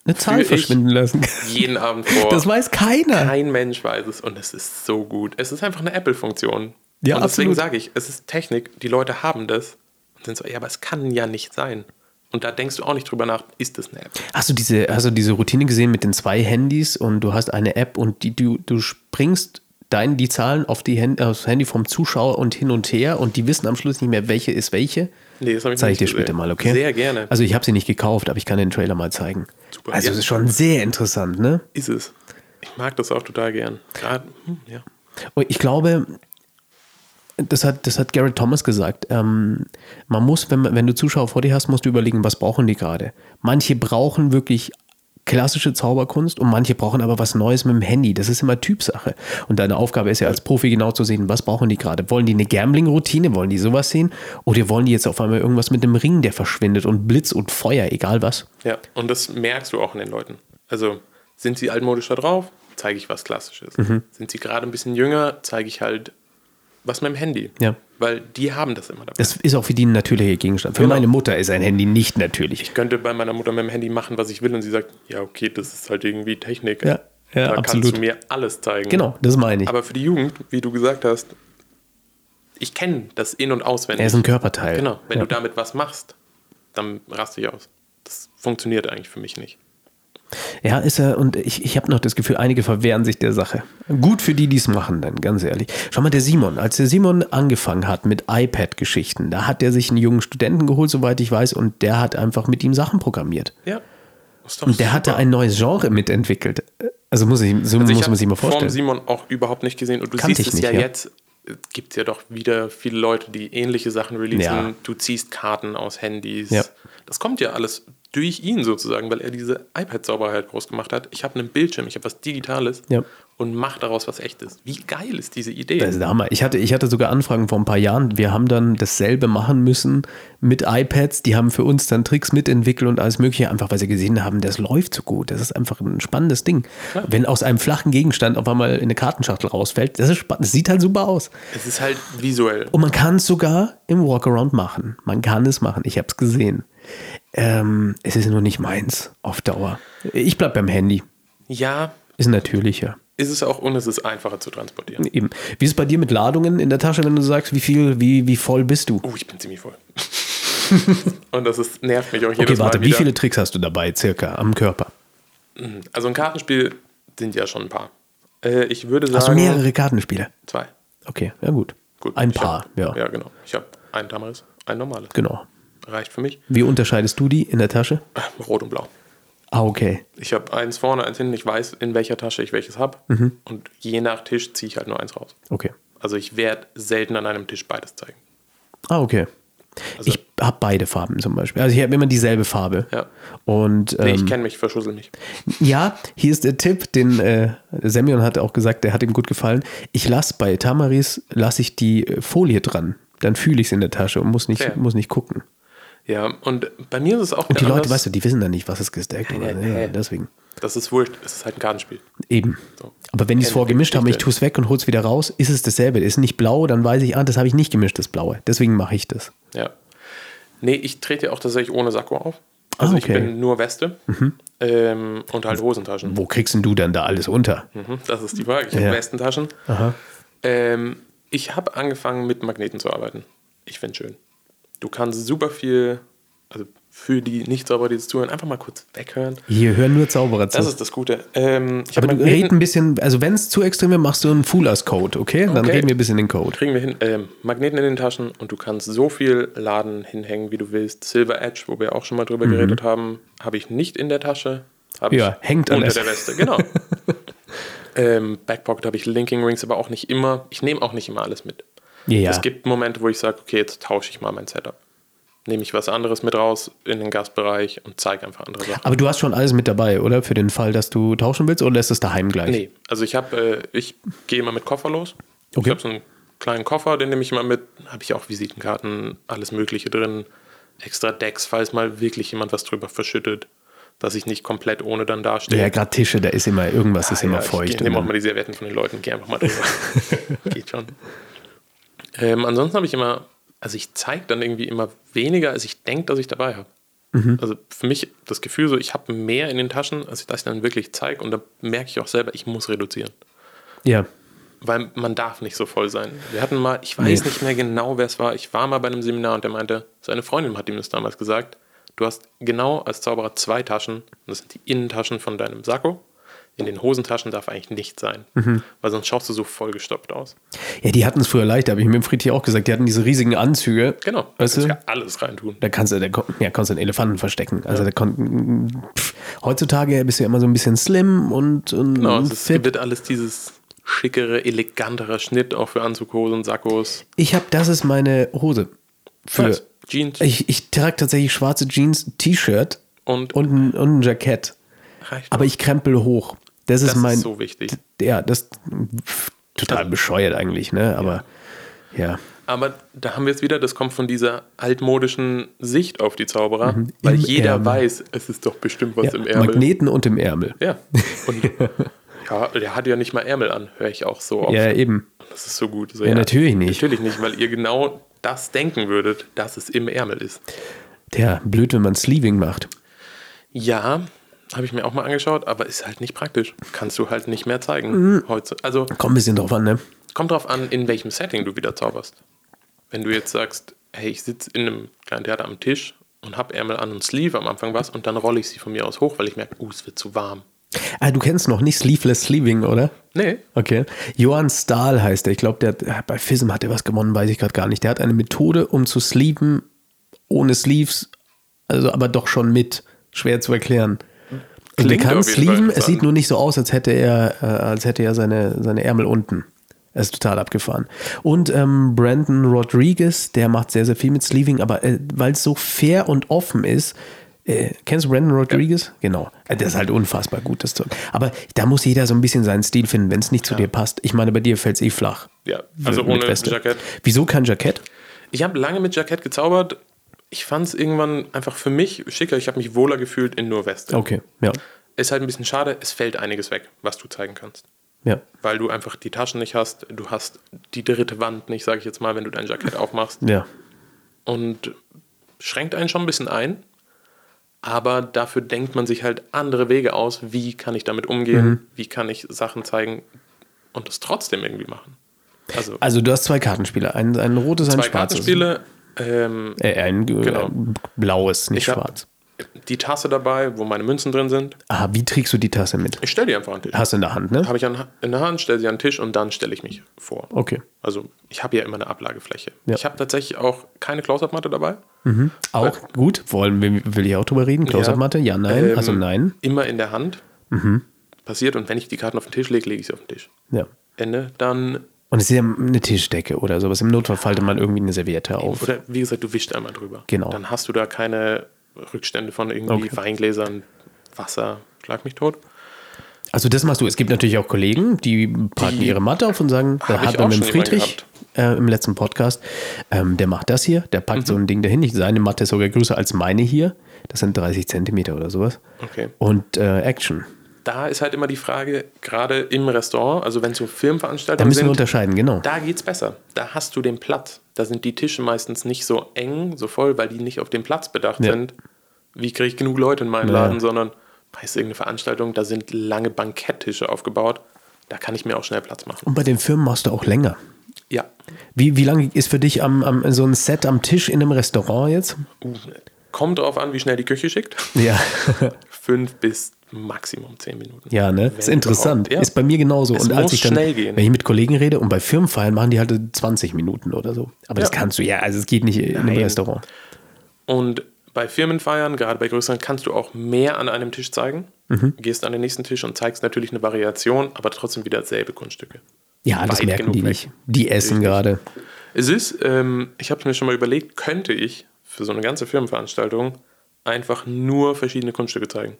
eine Zahl
ich
verschwinden lassen kann.
jeden Abend vor.
Das weiß keiner.
Kein Mensch weiß es und es ist so gut. Es ist einfach eine Apple-Funktion.
Ja,
und deswegen
absolut.
sage ich, es ist Technik, die Leute haben das und sind so, ja, aber es kann ja nicht sein. Und da denkst du auch nicht drüber nach, ist das eine App?
Hast du, diese, hast du diese Routine gesehen mit den zwei Handys und du hast eine App und die, du, du springst dein, die Zahlen auf die Hand, aufs Handy vom Zuschauer und hin und her und die wissen am Schluss nicht mehr, welche ist welche?
Nee, das habe ich
Zeige ich
nicht
dir
gesehen.
später mal, okay?
Äh, Sehr gerne.
Also ich habe sie nicht gekauft, aber ich kann den Trailer mal zeigen.
Super,
also
ja.
es ist schon sehr interessant, ne?
Ist es. Ich mag das auch total gern. Gerade, hm, ja.
Und ich glaube, das hat, das hat Garrett Thomas gesagt. Ähm, man muss, wenn, man- wenn du Zuschauer vor dir hast, musst du überlegen, was brauchen die gerade. Manche brauchen wirklich klassische Zauberkunst und manche brauchen aber was Neues mit dem Handy. Das ist immer Typsache. Und deine Aufgabe ist ja als Profi genau zu sehen, was brauchen die gerade. Wollen die eine Gambling-Routine? Wollen die sowas sehen? Oder wollen die jetzt auf einmal irgendwas mit einem Ring, der verschwindet und Blitz und Feuer, egal was?
ja. Und das merkst du auch in den Leuten. Also sind sie altmodisch da drauf, zeige ich was Klassisches.
Mhm.
Sind sie gerade ein bisschen jünger, zeige ich halt was mit dem Handy.
Ja.
Weil die haben das immer dabei.
Das ist auch für die ein natürlicher Gegenstand. Für
Genau.
meine Mutter ist ein Handy nicht natürlich.
ich könnte bei meiner Mutter mit dem Handy machen, was ich will, und sie sagt, ja, okay, das ist halt irgendwie Technik.
Ja, ja,
da
absolut.
kannst du mir alles zeigen.
Genau, das meine ich.
Aber für die Jugend, wie du gesagt hast, ich kenne das in- und auswendig.
er ist ein Körperteil.
genau, wenn
ja.
du damit was machst, dann raste ich aus. Das funktioniert eigentlich für mich nicht.
Ja, ist er. Und ich, ich habe noch das Gefühl, einige verwehren sich der Sache. Gut für die, die es machen, dann ganz ehrlich. Schau mal, der Simon, als der Simon angefangen hat mit iPad-Geschichten, da hat er sich einen jungen Studenten geholt, soweit ich weiß, und der hat einfach mit ihm Sachen programmiert.
Ja. Ist doch
Und der hat da
super.
ein neues Genre mitentwickelt. Also muss ich, so
Also ich
muss man
hab
sich mal
Form
vorstellen.
Simon auch überhaupt nicht gesehen. Und du
Kannte
siehst
ich
es
nicht,
ja,
ja.
jetzt. Es gibt ja doch wieder viele Leute, die ähnliche Sachen releasen.
Ja.
Du ziehst Karten aus Handys.
Ja.
Das kommt ja alles durch ihn sozusagen, weil er diese iPad-Sauberheit groß gemacht hat. Ich habe einen Bildschirm, ich habe was Digitales
Ja.
und mache daraus was Echtes. Wie geil ist diese Idee?
Das ist der Hammer. Ich hatte, ich hatte sogar Anfragen vor ein paar Jahren. Wir haben dann dasselbe machen müssen mit iPads. Die haben für uns dann Tricks mitentwickelt und alles Mögliche, einfach weil sie gesehen haben, das läuft so gut. Das ist einfach ein spannendes Ding. Wenn aus einem flachen Gegenstand auf einmal eine Kartenschachtel rausfällt, das ist spannend. Das sieht halt super aus.
es ist halt visuell.
Und man kann es sogar im Walkaround machen. Man kann es machen. Ich habe es gesehen. Ähm, es ist nur nicht meins auf Dauer. Ich bleib beim Handy.
Ja,
Ist natürlicher.
ist es auch und es ist einfacher zu transportieren.
Eben. Wie ist es bei dir mit Ladungen in der Tasche, wenn du sagst, wie viel, wie, wie voll bist du?
Oh, ich bin
[laughs]
ziemlich voll. und das ist, nervt mich auch jedes
Okay, warte,
Mal
wie
wieder.
viele Tricks hast du dabei circa am Körper?
Also ein Kartenspiel sind ja schon ein paar. Äh,
Also
ich würde sagen.
Hast du mehrere Kartenspiele?
Zwei.
Okay, ja gut.
Gut,
Ein
ich
paar,
hab,
ja.
Ja, genau. Ich habe Ein Tamarisk, ein normales.
Genau.
Reicht für mich.
Wie unterscheidest du die in der Tasche?
Äh, Rot und blau.
Ah, okay.
Ich habe eins vorne, eins hinten. Ich weiß, in welcher Tasche ich welches habe.
Mhm.
Und je nach Tisch ziehe ich halt nur eins raus.
Okay.
Also ich werde selten an einem Tisch beides zeigen.
Ah, okay.
Also-
ich habe beide Farben zum Beispiel. Also ich habe immer dieselbe Farbe.
Ja.
Und
Nee,
ähm,
ich kenne mich, verschussel mich.
ja, hier ist der Tipp, den äh, Semyon hat auch gesagt, der hat ihm gut gefallen. Ich lasse bei Tamaris, lasse ich die äh, Folie dran. Dann fühle ich es in der Tasche und muss nicht,
Fair.
muss nicht gucken.
Ja, und bei mir ist es auch
Und die
wieder
Leute,
anders.
weißt du, die wissen dann nicht, was ist gesteckt oder
ja,
ja,
ja.
deswegen.
Das ist wurscht, es ist halt ein Kartenspiel.
Eben.
So.
Aber wenn die es
Kennt
vorgemischt
die
haben, ich
Geschichte.
tue es weg und hole es wieder raus, ist es dasselbe. Ist nicht blau, dann weiß ich, ah, das habe ich nicht gemischt, das blaue. Deswegen mache ich das.
Ja. Nee, ich trete ja auch tatsächlich ohne Sakko auf.
Ah,
Also ich
okay. Mhm.
bin nur Weste ähm, und halt Hosentaschen.
Wo kriegst denn du dann da alles unter?
Mhm, das ist die Frage. Ich habe
Ja.
Westentaschen. Ähm, ich habe angefangen mit Magneten zu arbeiten. Ich finde schön. Du kannst super viel, also für die Nicht-Zauberer, die es zuhören, einfach mal kurz weghören.
Hier hören nur Zauberer zu.
Das ist das Gute. Ähm, ich hab
Aber du
Magneten-
red ein bisschen, also wenn es zu extrem wird, machst du einen Foolers-Code, okay? Dann
Okay.
reden wir ein bisschen den Code.
Kriegen wir hin. Ähm, Magneten in den Taschen und du kannst so viel laden, hinhängen, wie du willst. Silver Edge, wo wir auch schon mal drüber geredet haben, habe ich nicht in der Tasche. Hab
Mhm. Ja,
ich
hängt an
unter
der-
der Weste.
[laughs]
Genau. ähm, Backpocket habe ich Linking Rings, aber auch nicht immer. Ich nehme auch nicht immer alles mit.
Ja, ja.
Es gibt Momente, wo ich sage, okay, jetzt tausche ich mal mein Setup. Nehme ich was anderes mit raus in den Gastbereich und zeige einfach andere Sachen.
Aber du hast schon alles mit dabei, oder? Für den Fall, dass du tauschen willst oder lässt es daheim gleich?
Nee, also ich habe, äh, ich gehe immer mit Koffer los.
Okay.
Ich habe so einen kleinen Koffer, den nehme ich immer mit. Habe ich auch Visitenkarten, alles Mögliche drin. Extra Decks, falls mal wirklich jemand was drüber verschüttet, dass ich nicht komplett ohne dann dastehe.
Ja, gerade Tische, da ist immer, irgendwas ist immer
Ah, Ja, Ich
feucht.
nehme auch
Und
mal
dann-
die Servietten von den Leuten, gehe einfach mal drüber.
[laughs]
Geht schon. Ähm, ansonsten habe ich immer, also ich zeige dann irgendwie immer weniger, als ich denke, dass ich dabei habe.
Mhm.
Also für mich das Gefühl so, ich habe mehr in den Taschen, als ich das dann wirklich zeige und da merke ich auch selber, ich muss reduzieren.
Ja,
Weil man darf nicht so voll sein. Wir hatten mal, ich weiß
Nee.
nicht mehr genau, wer es war. Ich war mal bei einem Seminar und der meinte, seine Freundin hat ihm das damals gesagt. Du hast genau als Zauberer zwei Taschen. Und das sind die Innentaschen von deinem Sakko. In den Hosentaschen darf eigentlich nichts sein.
Mhm.
Weil sonst schaust du so vollgestopft aus.
ja die hatten es früher leichter, habe ich mit dem Fried hier auch gesagt. Die hatten diese riesigen Anzüge.
Genau. Da
Weißt
kannst
du?
ja alles reintun.
Da kannst du, da, kon- ja, kannst du einen Elefanten verstecken. Also da kon, pff, heutzutage bist du ja immer so ein bisschen slim und, und
Genau,
und
es ist,
fit.
wird alles dieses schickere, elegantere Schnitt auch für Anzughosen, Sakkos.
Ich habe, das ist meine Hose. Für,
Weiß, Jeans
ich, ich trage tatsächlich schwarze Jeans, T-Shirt
und,
und ein, und ein Jackett.
reicht.
Aber ich krempel hoch. Das ist
das
mein.
ist so wichtig.
ja, das pff, total bescheuert eigentlich, ne? Aber ja.
Aber da haben wir jetzt wieder, das kommt von dieser altmodischen Sicht auf die Zauberer, weil
Mhm. Im
jeder
Ärmel.
weiß, es ist doch bestimmt was
ja.
im Ärmel.
Magneten und im Ärmel.
Ja.
[laughs]
Und ja, der hat ja nicht mal Ärmel an, höre ich auch so oft.
Ja, eben.
Das ist so gut. So,
Ja, natürlich nicht.
Natürlich nicht, weil ihr genau das denken würdet, dass es im Ärmel ist.
Tja, blöd, wenn man Sleeving macht.
Ja, habe ich mir auch mal angeschaut, aber ist halt nicht praktisch. Kannst du halt nicht mehr
Mhm.
zeigen heute. Also
Kommt ein bisschen drauf an, ne?
Kommt drauf an, in welchem Setting du wieder zauberst. Wenn du jetzt sagst, hey, ich sitze in einem kleinen Theater am Tisch und hab Ärmel an und Sleeve am Anfang was und dann rolle ich sie von mir aus hoch, weil ich merke, uh, es wird zu warm.
Ah, du kennst noch nicht Sleeveless Sleeving, oder?
Nee.
Okay. Johann Stahl heißt er. Ich glaube, der hat, ah, bei FISM hat er was gewonnen, weiß ich gerade gar nicht. Der hat eine Methode, um zu sleeven ohne Sleeves, also aber doch schon mit. Schwer zu erklären. Also du
Klingt
kannst
auf jeden Fall
sleeven, es
interessant.
sieht nur nicht so aus, als hätte er, äh, als hätte er seine, seine Ärmel unten. Er ist total abgefahren. Und ähm, Brandon Rodriguez, der macht sehr, sehr viel mit Sleeving, aber äh, weil es so fair und offen ist, äh, kennst du Brandon Rodriguez? Genau. Äh, Der ist halt unfassbar gut, das Zeug. Aber da muss jeder so ein bisschen seinen Stil finden, wenn es nicht zu dir passt. Ich meine, bei dir fällt es eh flach.
Ja, also
Mit
ohne
Weste.
Jackett.
Wieso kein Jackett?
Ich habe lange mit Jackett gezaubert. Ich fand es irgendwann einfach für mich schicker. Ich habe mich wohler gefühlt in nur Weste.
Okay, ja.
Ist halt ein bisschen schade, es fällt einiges weg, was du zeigen kannst.
Ja,
Weil du einfach die Taschen nicht hast, du hast die dritte Wand nicht, sage ich jetzt mal, wenn du dein Jackett aufmachst.
ja.
und schränkt einen schon ein bisschen ein. Aber dafür denkt man sich halt andere Wege aus, wie kann ich damit umgehen,
Mhm.
wie kann ich Sachen zeigen und das trotzdem irgendwie machen. Also,
Also du hast zwei Kartenspiele, ein, ein rotes, ein
zwei
schwarzes.
Kartenspiele, ähm,
Äh, ein äh,
Genau.
blaues, nicht
Ich hab-
schwarz.
die Tasse dabei, wo meine Münzen drin sind.
Ah, wie trägst du die Tasse mit?
Ich stelle die einfach an den Tisch.
Hast du in der Hand, ne?
Habe ich an, in der Hand, stelle sie an den Tisch und dann stelle ich mich vor.
Okay.
Also ich habe ja immer eine Ablagefläche.
Ja.
Ich habe tatsächlich auch keine Close-Up-Matte dabei.
Auch gut. Wollen wir, will ich auch drüber reden? Close-Up-Matte? Ja, nein.
Ähm,
also nein. Mhm.
Immer in der Hand. Passiert und wenn ich die Karten auf den Tisch lege, lege ich sie auf den Tisch.
Ja.
Ende. Dann,
Und es ist ja eine Tischdecke oder sowas. Im Notfall faltet man irgendwie eine Serviette auf.
oder wie gesagt, du wischst einmal drüber.
Oh, Genau.
Dann hast du da keine Rückstände von irgendwie
Okay.
Weingläsern, Wasser, schlag mich tot.
Also das machst du. Es gibt natürlich auch Kollegen, die packen ihre Matte auf und sagen, da
ich
hat man
auch
mit dem
schon jemanden
Friedrich äh, im letzten Podcast, ähm, der macht das hier, der packt
Mhm.
so ein Ding dahin. Ich- Seine Matte ist sogar größer als meine hier. Das sind 30 Zentimeter oder sowas.
Okay.
Und äh, Action.
Da ist halt immer die Frage, gerade im Restaurant, also wenn so
Da
Firmenveranstaltungen
müssen wir
sind,
unterscheiden, genau.
Da geht's besser. Da hast du den Platz. Da sind die Tische meistens nicht so eng, so voll, weil die nicht auf den Platz bedacht
Ja.
sind. Wie kriege ich genug Leute in meinen
Ja.
Laden, sondern weißt du, irgendeine Veranstaltung, da sind lange Banketttische aufgebaut. Da kann ich mir auch schnell Platz machen.
Und bei den Firmen machst du auch länger.
Ja.
Wie, wie lange ist für dich am, am, so ein Set am Tisch in einem Restaurant jetzt?
Uh, Kommt drauf an, wie schnell die Küche schickt.
Ja,
Fünf bis Maximum zehn Minuten.
ja ne? ist
Wenn
interessant.
überhaupt, ja.
Ist bei mir genauso.
Es muss schnell gehen.
wenn ich mit Kollegen rede und bei Firmenfeiern machen die halt 20 Minuten oder so. Aber das
Ja.
kannst du ja, also es geht nicht in einem
Nein.
Restaurant.
Und bei Firmenfeiern, gerade bei größeren, kannst du auch mehr an einem Tisch zeigen. Gehst an den nächsten Tisch und zeigst natürlich eine Variation, aber trotzdem wieder dasselbe Grundstücke.
Ja, das
Weit
merken
genug
die
weg.
nicht. Die essen gerade.
Es ist, ähm, ich habe es mir schon mal überlegt, könnte ich für so eine ganze Firmenveranstaltung einfach nur verschiedene Kunststücke zeigen?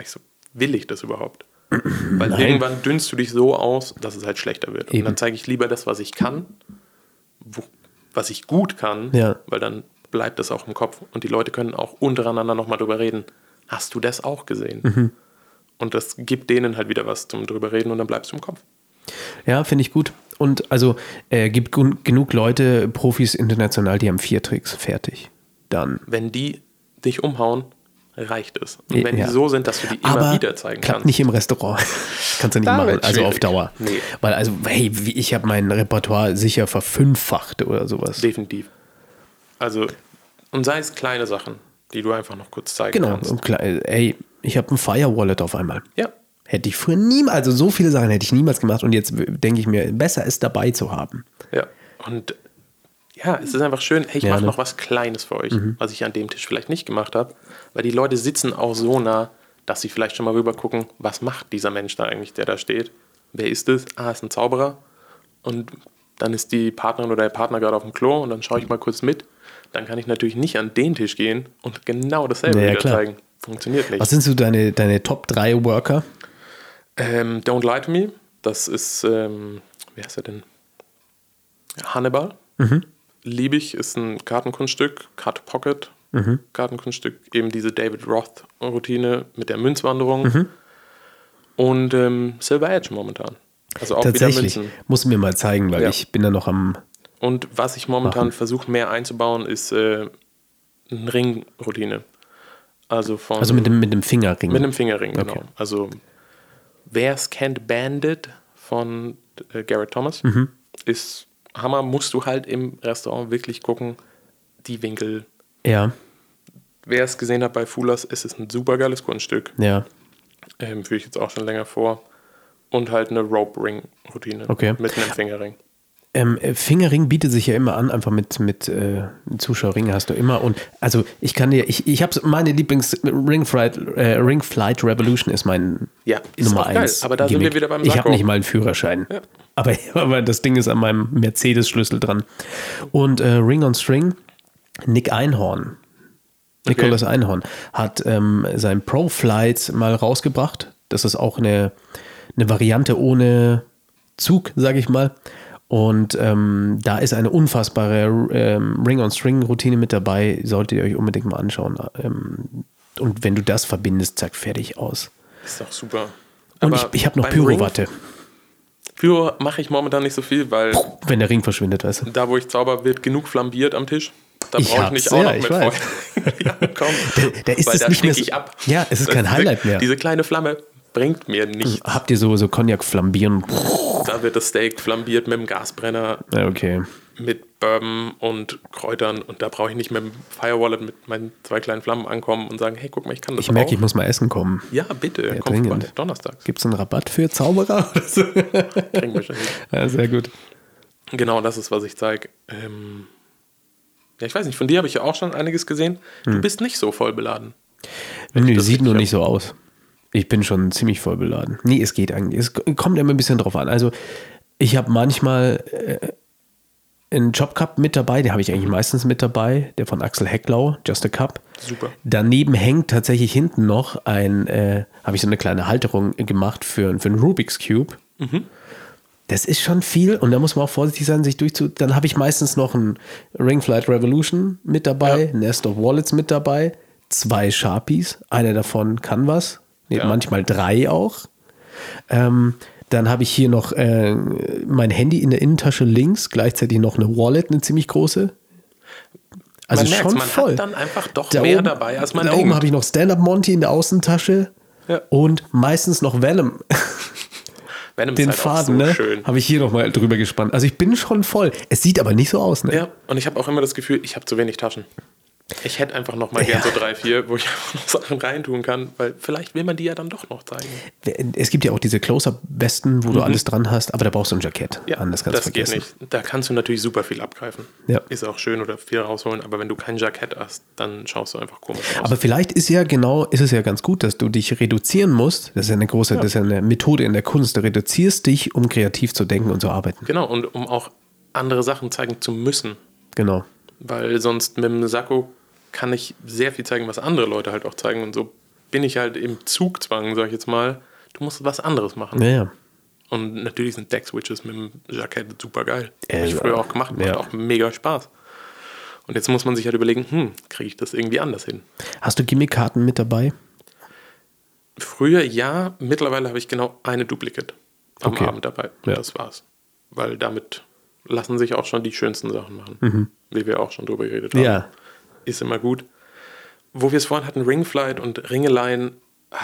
Ich so, will ich
[clears throat]
das überhaupt? Weil irgendwann dünnst du dich so aus, dass es halt schlechter wird.
Eben.
Und dann zeige ich lieber das, was ich kann, wo, was ich gut kann,
Ja.
weil dann bleibt das auch im Kopf und die Leute können auch untereinander nochmal drüber reden. Hast du das auch gesehen?
Mhm.
Und das gibt denen halt wieder was zum drüber reden und dann bleibst du im Kopf.
Ja, finde ich gut. Und also äh, gibt gun- genug Leute, Profis international, die haben vier Tricks fertig. Dann.
wenn die dich umhauen, reicht es. Und wenn
Ja.
die so sind, dass du die immer
Aber
wieder zeigen
klappt
kannst.
nicht im Restaurant. [laughs] Kannst du nicht
Da
machen.
wird's
Also auf
schwierig.
Dauer.
Nee.
Weil also, hey, wie- ich habe mein Repertoire sicher verfünffacht oder sowas.
Definitiv. Also, und sei es kleine Sachen, die du einfach noch kurz zeigen
Genau.
kannst.
Und klar, ey, ich habe ein Firewallet auf einmal.
Ja,
Hätte ich früher niemals, also so viele Sachen hätte ich niemals gemacht und jetzt denke ich mir, besser ist dabei zu haben.
ja. Und ja, es ist einfach schön, hey, ich
Ja,
mache
ne? Mhm.
noch was Kleines für euch, was ich an dem Tisch vielleicht nicht gemacht habe. Weil die Leute sitzen auch so nah, dass sie vielleicht schon mal rüber gucken, was macht dieser Mensch da eigentlich, der da steht? Wer ist es? Ah, ist ein Zauberer. und dann ist die Partnerin oder der Partner gerade auf dem Klo und dann schaue ich mal kurz mit. Dann kann ich natürlich nicht an den Tisch gehen und genau dasselbe
Ja, ja,
wieder
klar. Also
zeigen. Funktioniert nicht.
Was sind so deine, deine Top 3 Worker?
Ähm, Don't Lie to Me, das ist, ähm, wie heißt er denn? Hannibal.
Mhm.
Liebe ich ist ein Kartenkunststück, Cut Pocket.
Mhm.
Kartenkunststück, eben diese David Roth-Routine mit der Münzwanderung.
Mhm.
Und ähm, Silver Edge momentan. Also auch wieder
Tatsächlich.
Münzen.
Muss mir mal zeigen, weil
Ja.
ich bin da noch am.
Und was ich momentan versuche mehr einzubauen, ist äh, eine Ringroutine. Also von
Also mit dem, mit dem Fingerring.
mit einem Fingerring, genau.
Mhm. Okay.
Also Wer Scanned Bandit von äh, Garrett Thomas
Mhm.
ist Hammer, musst du halt im Restaurant wirklich gucken, die Winkel.
ja,
Wer es gesehen hat bei Fulas, es ist ein super geiles Kunststück.
ja.
Ähm, Führe ich jetzt auch schon länger vor. Und halt eine Rope-Ring-Routine
Okay.
mit einem Fingerring.
Ähm, äh, Fingerring bietet sich ja immer an, einfach mit, mit äh, Zuschauerring hast du immer. Und also ich kann dir, ich, ich habe meine Lieblings Ring Flight, äh, Ring Flight Revolution ist mein
Ja, ist
Nummer
auch geil,
eins.
aber da sind
Gimmick.
wir wieder beim
Ich habe
Sakko.
nicht mal einen Führerschein. Aber, [laughs] aber das Ding ist an meinem Mercedes-Schlüssel dran. Und äh, Ring on String, Nick Einhorn. Nicholas Einhorn hat ähm, sein Pro-Flight mal rausgebracht. Das ist auch eine, eine Variante ohne Zug, sage ich mal. Und ähm, da ist eine unfassbare ähm, Ring-on-String-Routine mit dabei. Solltet ihr euch unbedingt mal anschauen. Ähm, und wenn du das verbindest, zack, fertig aus.
Ist doch super.
Und
Aber
ich, ich habe noch
beim Ring-
Pyrowatte,
Pyro mache ich momentan nicht so viel, weil
wenn der Ring verschwindet, weißt du.
da, wo ich zauber, wird genug flambiert am Tisch. Da
Ich
brauche ich
hab's,
nicht auch
ja,
noch
ich
mit
weiß.
Feuer [laughs] ankommen.
da ist
weil
es
da
nicht mehr
steck ich
so-
ab.
Ja, es ist kein Highlight mehr.
Diese kleine Flamme bringt mir nichts.
Habt ihr so, so Cognac flambieren?
Da wird das Steak flambiert mit dem Gasbrenner.
Ja, Okay.
mit Bourbon und Kräutern und da brauche ich nicht mit dem Firewallet mit meinen zwei kleinen Flammen ankommen und sagen, hey, guck mal, ich kann das
Ich merke,
auch.
ich muss mal essen kommen.
Ja, bitte,
Ja,
komm vorbei.
dringend.
Donnerstags.
Gibt es einen Rabatt für Zauberer? [laughs] oder so?
Kriegen wir schon hin.
[laughs] ja, sehr gut.
Genau das ist, was ich zeige. Ähm, ja, ich weiß nicht, von dir habe ich ja auch schon einiges gesehen.
Hm.
Du bist nicht so voll beladen.
Nö,
das
sieht
richtig
nur
hab.
nicht so aus. Ich bin schon ziemlich voll beladen. Nee, es geht eigentlich. Es kommt immer ein bisschen drauf an. Also, ich habe manchmal äh, einen Job Cup mit dabei, den habe ich eigentlich meistens mit dabei, der von Axel Hecklau, Just a Cup.
Super.
Daneben hängt tatsächlich hinten noch ein, äh, habe ich so eine kleine Halterung gemacht für, für einen Rubik's Cube.
Mhm.
Das ist schon viel und da muss man auch vorsichtig sein, sich durchzu. Dann habe ich meistens noch ein Ringflight Revolution mit dabei, Nest of Wallets mit dabei, zwei Sharpies, einer davon Canvas, nee,
Ja.
manchmal drei auch. Ähm, dann habe ich hier noch äh, mein Handy in der Innentasche links, gleichzeitig noch eine Wallet, eine ziemlich große. Also
merkt's,
schon
man
voll.
hat dann einfach doch mehr dabei, als man
da
denkt.
oben habe ich noch Stand-Up Monty in der Außentasche
Ja.
und meistens noch Venom
Venom
den
ist halt
Faden,
auch so
ne?
schön.
Habe ich hier nochmal drüber gespannt. Also ich bin schon voll. Es sieht aber nicht so aus, ne?
Ja, und ich habe auch immer das Gefühl, ich habe zu wenig Taschen. Ich hätte einfach noch mal gern so drei, vier, wo ich [laughs] einfach noch Sachen reintun kann, weil vielleicht will man die ja dann doch noch zeigen.
Es gibt ja auch diese Close-Up-Westen, wo du alles dran hast, aber da brauchst du ein Jackett.
Mhm. Ja,
Anders kannst
das
du vergessen.
geht nicht. Da kannst du natürlich super viel abgreifen.
Ja.
Ist auch schön oder viel rausholen, aber wenn du kein Jackett hast, dann schaust du einfach komisch aus.
Aber vielleicht ist ja genau, ist es ja ganz gut, dass du dich reduzieren musst. Das ist ja eine große, das ist ja eine Methode in der Kunst. Du reduzierst dich, um kreativ zu denken und zu arbeiten.
genau, und um auch andere Sachen zeigen zu müssen,
Genau.
weil sonst mit dem Sakko kann ich sehr viel zeigen, was andere Leute halt auch zeigen und so bin ich halt im Zugzwang, sag ich jetzt mal. Du musst was anderes machen.
Ja, ja.
Und natürlich sind Deck Switches mit dem Jackett super geil.
Äh,
Habe ich früher auch gemacht, macht
ja.
auch mega Spaß. Und jetzt muss man sich halt überlegen, hm, kriege ich das irgendwie anders hin?
Hast du Gimmickkarten mit dabei?
Früher ja, mittlerweile habe ich genau eine Duplicate am
Okay.
Abend dabei. Und
Ja.
das war's. Weil damit lassen sich auch schon die schönsten Sachen machen. Wie wir auch schon drüber geredet haben.
Mhm. Ja.
Ist immer gut. Wo wir es vorhin hatten, Ringflight und Ringeleien, ah,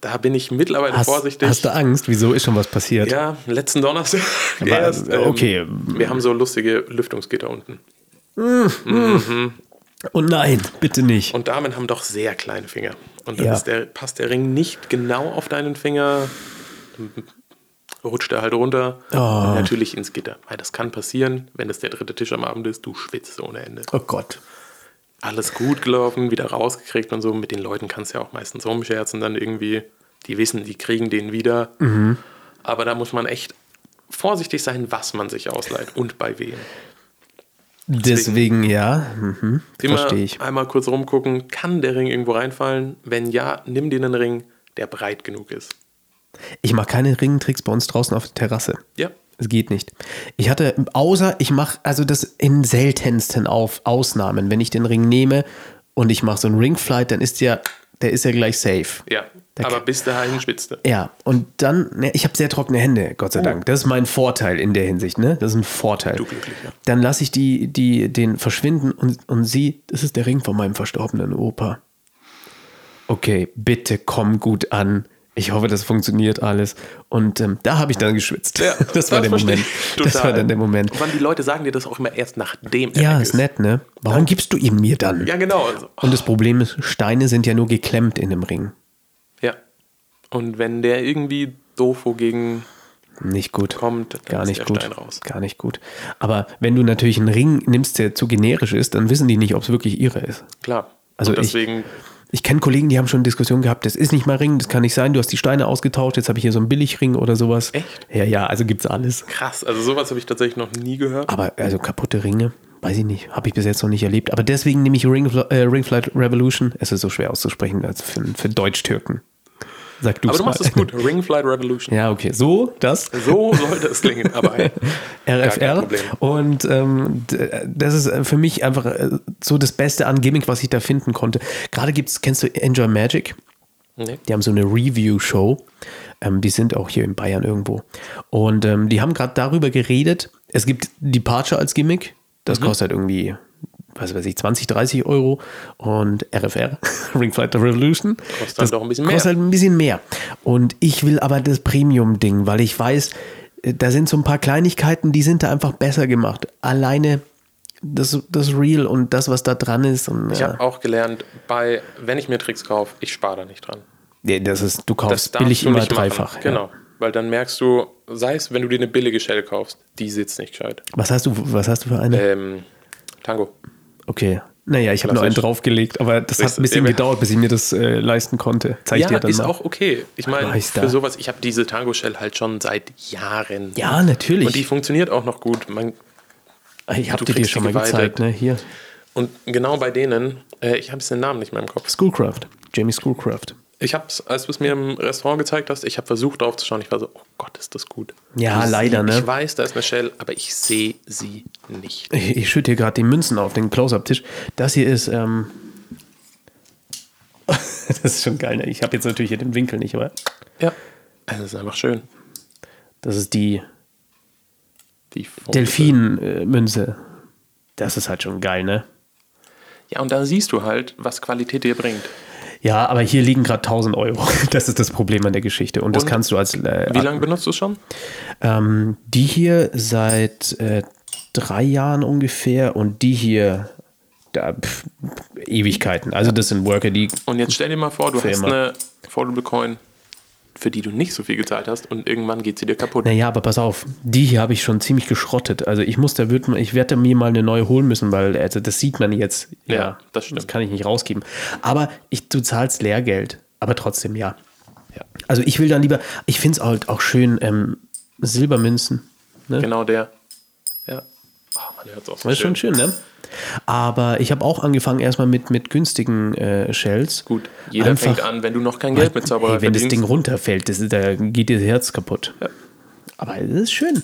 da bin ich mittlerweile
Hast,
vorsichtig.
hast du Angst? Wieso ist schon was passiert?
Ja, letzten Donnerstag [laughs] erst.
äh,
ähm,
okay.
Wir haben so lustige Lüftungsgitter unten.
Oh nein, bitte nicht.
Und Damen haben doch sehr kleine Finger. Und dann
Ja.
ist der, passt der Ring nicht genau auf deinen Finger, rutscht er halt runter.
Ah.
Und natürlich ins Gitter. Weil das kann passieren, wenn das der dritte Tisch am Abend ist, du schwitzt ohne Ende.
Oh Gott.
Alles gut gelaufen, wieder rausgekriegt und so. Mit den Leuten kannst du ja auch meistens rumscherzen, dann irgendwie. Die wissen, die kriegen den wieder.
Mhm.
Aber da muss man echt vorsichtig sein, was man sich ausleiht und bei wem.
Deswegen, ja. Mhm,
Immer
verstehe ich.
einmal kurz rumgucken, kann der Ring irgendwo reinfallen? Wenn ja, nimm dir einen Ring, der breit genug ist.
Ich mache keine Ringentricks bei uns draußen auf der Terrasse.
Ja.
Es geht nicht. Ich hatte, außer ich mache, also das in seltensten auf Ausnahmen, wenn ich den Ring nehme und ich mache so einen Ringflight, dann ist ja, der ist ja gleich safe.
Ja,
Der
aber
kann-
bis dahin schwitzt er.
Ja, und dann, ne, ich habe sehr trockene Hände, Gott sei Dank. Das ist mein Vorteil in der Hinsicht, ne? Das ist ein Vorteil.
Oh. Du Glücklicher.
Dann lasse ich die, die, den verschwinden und, und sie, das ist der Ring von meinem verstorbenen Opa. Okay, bitte komm gut an. Ich hoffe, das funktioniert alles. Und ähm, da habe ich dann geschwitzt. [laughs] das war der
verstehe
Moment.
ich
Das war
total.
dann der Moment.
Wann die Leute sagen dir das auch immer erst nachdem er
Ja,
weg
ist nett, ne? Warum gibst du ihn mir dann?
Ja, genau. Also,
Und das Problem ist, Steine sind ja nur geklemmt in dem Ring.
ja. Und wenn der irgendwie doof wogegen.
Nicht gut.
kommt, dann
Gar
ist
nicht
der
gut.
Stein raus.
Gar nicht gut. Aber wenn du natürlich einen Ring nimmst, der zu generisch ist, dann wissen die nicht, ob es wirklich ihre ist.
Klar.
Also
Und
ich-
deswegen,
Ich kenne Kollegen, die haben schon Diskussionen gehabt, das ist nicht mein Ring, das kann nicht sein, du hast die Steine ausgetauscht, jetzt habe ich hier so einen Billigring oder sowas.
Echt?
Ja, ja, also gibt's alles.
krass. Also sowas habe ich tatsächlich noch nie gehört.
Aber also kaputte Ringe, weiß ich nicht, habe ich bis jetzt noch nicht erlebt. Aber deswegen nehme ich Ring, äh, Ringflight Revolution. Es ist so schwer auszusprechen als für, für Deutsch-Türken. Sag du
Aber du machst es gut. Ringflight Revolution.
Ja, okay. So, das.
So sollte es klingen.
[laughs]
Aber kein
RFR.
Problem.
Und ähm, d- das ist äh, für mich einfach äh, so das Beste an Gimmick, was ich da finden konnte. Gerade gibt's, kennst du Enjoy Magic?
nee.
Die haben so eine Review-Show. Ähm, die sind auch hier in Bayern irgendwo. Und ähm, die haben gerade darüber geredet. Es gibt Departure als Gimmick.
Mhm.
Das kostet irgendwie, was weiß ich, 20, 30 Euro. Und RFR, [laughs] Ring Flight Revolution.
Kostet dann doch ein halt bisschen mehr.
Kostet halt ein bisschen mehr. Und ich will aber das Premium-Ding, weil ich weiß, da sind so ein paar Kleinigkeiten, die sind da einfach besser gemacht. Alleine das, das Real und das, was da dran ist. Und, äh,
Ich
ja.
habe auch gelernt, bei, wenn ich mir Tricks kaufe, ich spare da nicht dran.
Ja, das ist, du kaufst
darfst
billig
du
immer
nicht machen.
dreifach. Ja.
Genau. Weil dann merkst du, sei es, wenn du dir eine billige Shell kaufst, die sitzt nicht gescheit.
Was hast du, was hast du für eine?
Ähm, Tango.
okay. Naja, ich habe nur einen
klassisch.
draufgelegt, aber das hat
Siehst du,
ein bisschen
eben.
gedauert, bis ich mir das äh, leisten konnte. Zeig
ja,
dir dann
ist
mal.
auch okay. Ich meine,
Weiß da.
für sowas, ich habe diese Tango-Shell halt schon seit Jahren.
Ja, natürlich. Ah,
Und die funktioniert auch noch gut. Man,
ich habe
du
die dir
kriegst
schon
die halt.
mal
geweitet.
gezeigt, ne? Hier.
und genau bei denen, äh, ich habe jetzt den Namen nicht mehr im Kopf.
Schoolcraft. Jamie Schoolcraft.
Ich habe es, als du es mir im Restaurant gezeigt hast, ich habe versucht draufzuschauen. Ich war so, oh Gott, ist das gut.
Ja,
ich
leider, ne?
Ich weiß, da ist eine Shell, aber ich sehe sie nicht.
Ich, ich schütte hier gerade die Münzen auf den Close-Up-Tisch. Das hier ist, ähm. [laughs] das ist schon geil, ne? Ich habe jetzt natürlich hier den Winkel nicht, aber
Ja, Also, es ist einfach schön.
das ist die
Oh, Die
Delfin-Münze. Das ist halt schon geil, ne?
Ja, und da siehst du halt, was Qualität dir bringt.
Ja, aber hier liegen gerade 1000 Euro. [laughs] Das ist das Problem an der Geschichte. Und das
Und
kannst du als. Äh,
Wie lange benutzt du es schon?
Ähm, die hier seit äh, drei Jahren ungefähr und die hier da, pf, Ewigkeiten. Also das sind Worker, die
Und jetzt stell dir mal vor, du
Für
hast
immer.
eine Affordable Coin, für die du nicht so viel gezahlt hast und irgendwann geht sie dir kaputt.
Naja, aber pass auf, die hier habe ich schon ziemlich geschrottet. Also ich muss da wird, ich werde mir mal eine neue holen müssen, weil also das sieht man jetzt.
Ja, das stimmt.
Das kann ich nicht rausgeben. Aber ich, du zahlst Lehrgeld, aber trotzdem ja. Also ich will dann lieber, ich finde es halt auch schön, ähm, Silbermünzen. Ne?
Genau der. Ja. Oh, man hört es auch so
Das ist schon schön, ne? Aber ich habe auch angefangen erstmal mit, mit günstigen äh, Shells.
Gut, jeder fängt an, wenn du noch kein Geld mit Zauberer
Ey, wenn das
verdienst.
Ding runterfällt, das, da geht dir das Herz kaputt.
Ja.
Aber es ist schön.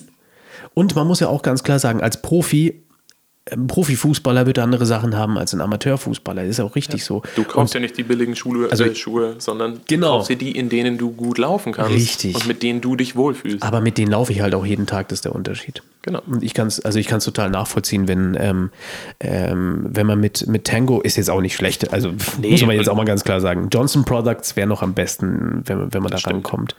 Und man muss ja auch ganz klar sagen, als Profi, ein Profifußballer wird andere Sachen haben als ein Amateurfußballer. Das ist auch richtig so.
Du kaufst ja nicht die billigen Schuhe,
Also-
äh, Schuhe sondern
Genau.
du kaufst dir die, in denen du gut laufen kannst.
Richtig.
Und mit denen du dich wohlfühlst.
Aber mit denen laufe ich halt auch jeden Tag, das ist der Unterschied.
Genau.
Und ich kann es also ich kann's total nachvollziehen, wenn, ähm, ähm, wenn man mit, mit Tango ist jetzt auch nicht schlecht. Also pff, muss man jetzt auch mal ganz klar sagen. Johnson Products wäre noch am besten, wenn, man- wenn man da rankommt.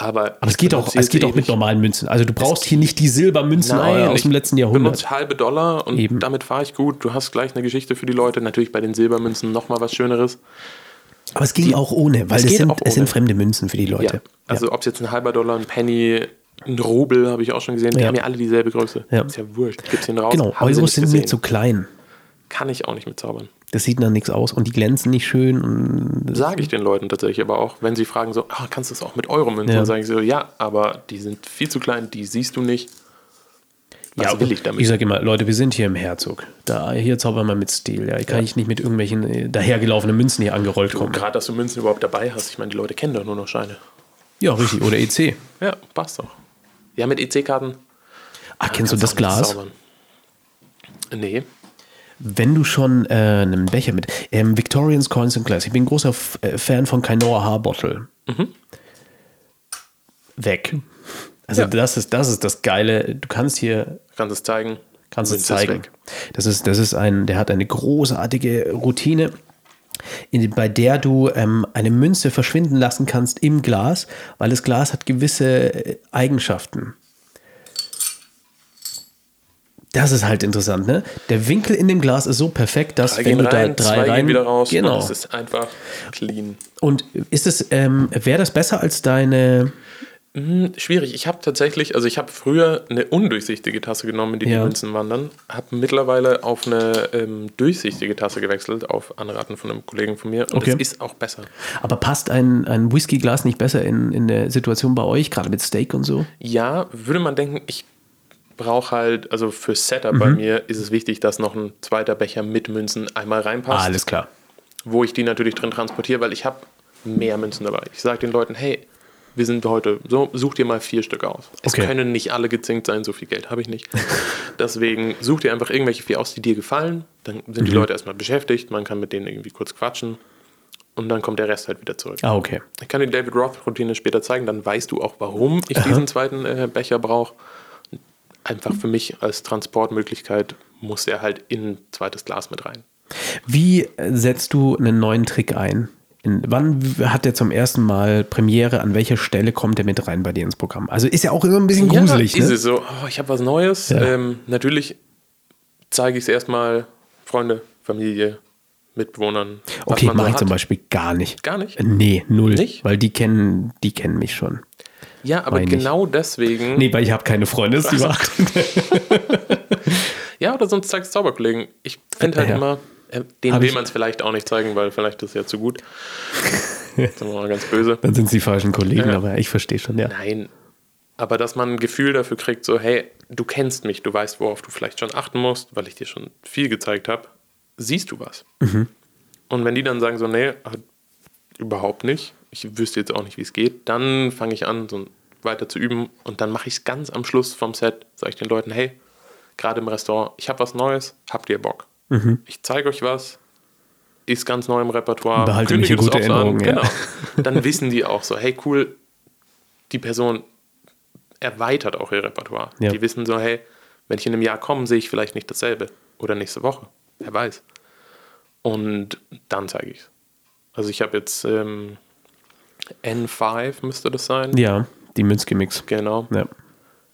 Aber, eh
Aber es geht auch, es geht auch mit normalen Münzen. Also du brauchst hier nicht die Silbermünzen
Nein,
aus dem
ich
letzten Jahrhundert.
Benutzt halbe Dollar und
Eben.
damit fahre ich gut. Du hast gleich eine Geschichte für die Leute. Natürlich bei den Silbermünzen nochmal was Schöneres.
Aber es ging auch ohne, weil
es
es
geht
sind,
auch
es
ohne.
sind fremde Münzen für die
Ja.
Leute.
Also ob es jetzt ein halber Dollar, ein Penny, ein Rubel, habe ich auch schon gesehen. Die
Ja.
haben ja alle dieselbe Größe.
Ja.
Ist ja wurscht. Gibt's den raus.
Genau,
haben sie
Euros
nicht
sind
gesehen.
mir zu klein.
Kann ich auch nicht mit zaubern.
Das sieht dann nichts aus und die glänzen nicht schön. Und
Sage ich den Leuten tatsächlich aber auch, wenn sie fragen so, ah, kannst du das auch mit Euro-Münzen?
Ja.
Dann sage ich so, ja, aber die sind viel zu klein, die siehst du nicht. Was will ich damit?
Also, Ich sage immer, Leute, wir sind hier im Herzog. Da, hier zaubern wir mit Stil. Ja, ich kann ich nicht mit irgendwelchen äh, dahergelaufenen Münzen hier angerollt
Und
kommen.
gerade, dass du Münzen überhaupt dabei hast. Ich meine, die Leute kennen doch nur noch Scheine.
Ja, richtig. Oder E EC.
Ja, passt doch. Ja, mit EC-Karten.
Ach, kennst du das
kannst auch
Glas?
nicht zaubern. Nee.
Wenn du schon äh, einen Becher mit. Ähm, Victorians Coins and Glass. Ich bin großer F äh, Fan von Kainoa Haarbottle.
Mhm.
Weg.
Hm.
Also, das, ist, das ist das Geile. Du kannst hier
Kannst es zeigen.
Kannst du
Münze ist
zeigen.
weg.
Das ist, das ist ein, der hat eine großartige Routine, in, bei der du ähm, eine Münze verschwinden lassen kannst im Glas, weil das Glas hat gewisse äh, Eigenschaften. Das ist halt interessant, ne? Der Winkel in dem Glas ist so perfekt, dass
Drei
wenn
gehen
du
rein,
da
zwei
drei rein
gehen wieder raus.
Genau.
Und es ist einfach clean.
Und ist es, ähm, wäre das besser als deine?
Hm, Schwierig. Ich habe tatsächlich, also ich habe früher eine undurchsichtige Tasse genommen, in die
Ja.
die Münzen wandern, habe mittlerweile auf eine ähm, durchsichtige Tasse gewechselt, auf Anraten von einem Kollegen von mir. Und
Okay.
das ist auch besser.
Aber passt ein, ein Whiskyglas nicht besser in, in der Situation bei euch, gerade mit Steak und so?
Ja, würde man denken, ich brauche halt, also für Setup
Mhm.
bei mir ist es wichtig, dass noch ein zweiter Becher mit Münzen einmal reinpasst,
klar.
wo ich die natürlich drin transportiere, weil ich habe mehr Münzen dabei. Ich sage den Leuten, hey, wir sind heute, so such dir mal vier Stück aus. Es
Okay.
können nicht alle gezinkt sein, so viel Geld habe ich nicht. Deswegen such dir einfach irgendwelche vier aus, die dir gefallen. Dann sind die Leute erstmal beschäftigt, man kann mit denen irgendwie kurz quatschen und dann kommt der Rest halt wieder zurück.
Ah, okay.
Ich kann die David Roth-Routine später zeigen, dann weißt du auch, warum ich diesen zweiten äh, Becher brauche. Einfach für mich als Transportmöglichkeit muss er halt in ein zweites Glas mit rein.
Wie äh, setzt du einen neuen Trick ein? In, wann hat der zum ersten Mal Premiere? An welcher Stelle kommt der mit rein bei dir ins Programm? Also ist ja auch immer ein bisschen gruselig.
Ja, ist
ne?
es so, oh, ich habe was Neues.
Ja.
Ähm, natürlich zeige ich es erstmal Freunde, Familie, Mitbewohnern. was
Okay,
man
mache
so
ich zum
hat.
Beispiel gar nicht.
Gar nicht?
Äh, Nee, null.
Nicht?
Weil die kennen, die kennen mich schon.
Ja, aber
Mach ich nicht.
genau deswegen.
Nee, weil ich habe keine Freunde, ist die Wahrheit.
Ja, oder sonst zeigst du Zauberkollegen. Ich finde halt
Ja.
immer, äh, den
Hab
will
ich-
man es vielleicht auch nicht zeigen, weil vielleicht ist es ja zu
[laughs]
gut. Sind wir mal ganz böse.
Dann sind es die falschen Kollegen,
Ja.
aber ich verstehe schon, ja.
Nein. Aber dass man ein Gefühl dafür kriegt, so, hey, du kennst mich, du weißt, worauf du vielleicht schon achten musst, weil ich dir schon viel gezeigt habe, siehst du was.
Mhm.
Und wenn die dann sagen, so, nee, ah, überhaupt nicht, ich wüsste jetzt auch nicht, wie es geht, dann fange ich an, so weiter zu üben und dann mache ich es ganz am Schluss vom Set, sage ich den Leuten, hey, gerade im Restaurant, ich habe was Neues, habt ihr Bock?
Mhm.
Ich zeige euch was, ist ganz neu im Repertoire.
Behalte
kündige
mich in
das
gute
auch so
Erinnerung,
an.
ja.
Genau. Dann wissen die auch so, hey, cool, die Person erweitert auch ihr Repertoire.
Ja.
Die wissen so, hey, wenn ich in einem Jahr komme, sehe ich vielleicht nicht dasselbe. Oder nächste Woche. Wer weiß. Und dann zeige ich es. Also ich habe jetzt ähm, N5 müsste das sein.
Ja, die Münzgemix.
Genau.
Ja.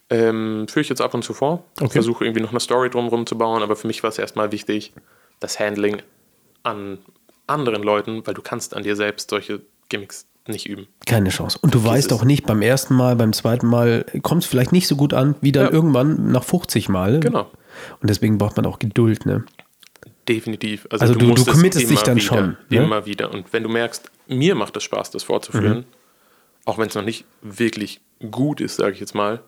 Ähm, Führe ich jetzt ab und zu vor. Versuche irgendwie noch eine Story drumherum zu bauen, aber für mich war es erstmal wichtig, das Handling an anderen Leuten, weil du kannst an dir selbst solche Gimmicks nicht üben.
Keine Chance. Und du weißt
es.
auch nicht, beim ersten Mal, beim zweiten Mal kommt es vielleicht nicht so gut an, wie dann
Ja.
irgendwann nach 50 Mal.
Genau.
Und deswegen braucht man auch Geduld, ne?
Definitiv.
Also du- du
es
committest dich
immer
dann
wieder,
schon, ne? Mhm.
Immer wieder. Und wenn du merkst, mir macht es Spaß, das vorzuführen, auch wenn es noch nicht wirklich gut ist, sage ich jetzt mal,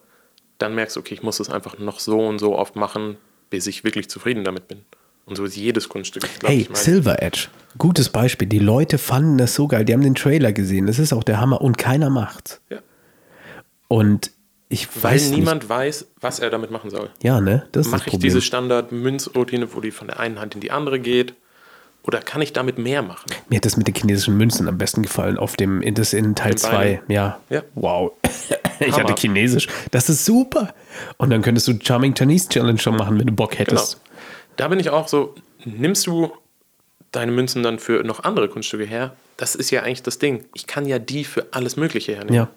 dann merkst du, okay, ich muss es einfach noch so und so oft machen, bis ich wirklich zufrieden damit bin. Und so ist jedes Kunststück. Ich glaub,
Hey,
ich mein-
Silver Edge. Gutes Beispiel. Die Leute fanden das so geil. Die haben den Trailer gesehen. Das ist auch der Hammer. Und keiner macht's.
Ja.
Und ich
Weil
weiß
niemand weiß, was er damit machen soll.
nicht. Ja, ne? Das ist das
Mache ich
Problem.
diese Standard-Münzroutine, wo die von der einen Hand in die andere geht? Oder kann ich damit mehr machen?
Mir hat das mit den chinesischen Münzen am besten gefallen, auf dem in, das in Teil
Den
2.
Beinen.
Ja.
Ja.
Wow. [laughs] ich
Hammer.
hatte Chinesisch. Das ist super. Und dann könntest du Charming Chinese Challenge schon machen, wenn du Bock
Genau.
hättest.
Da bin ich auch so, nimmst du deine Münzen dann für noch andere Kunststücke her? Das ist ja eigentlich das Ding. Ich kann ja die für alles Mögliche hernehmen.
Ja.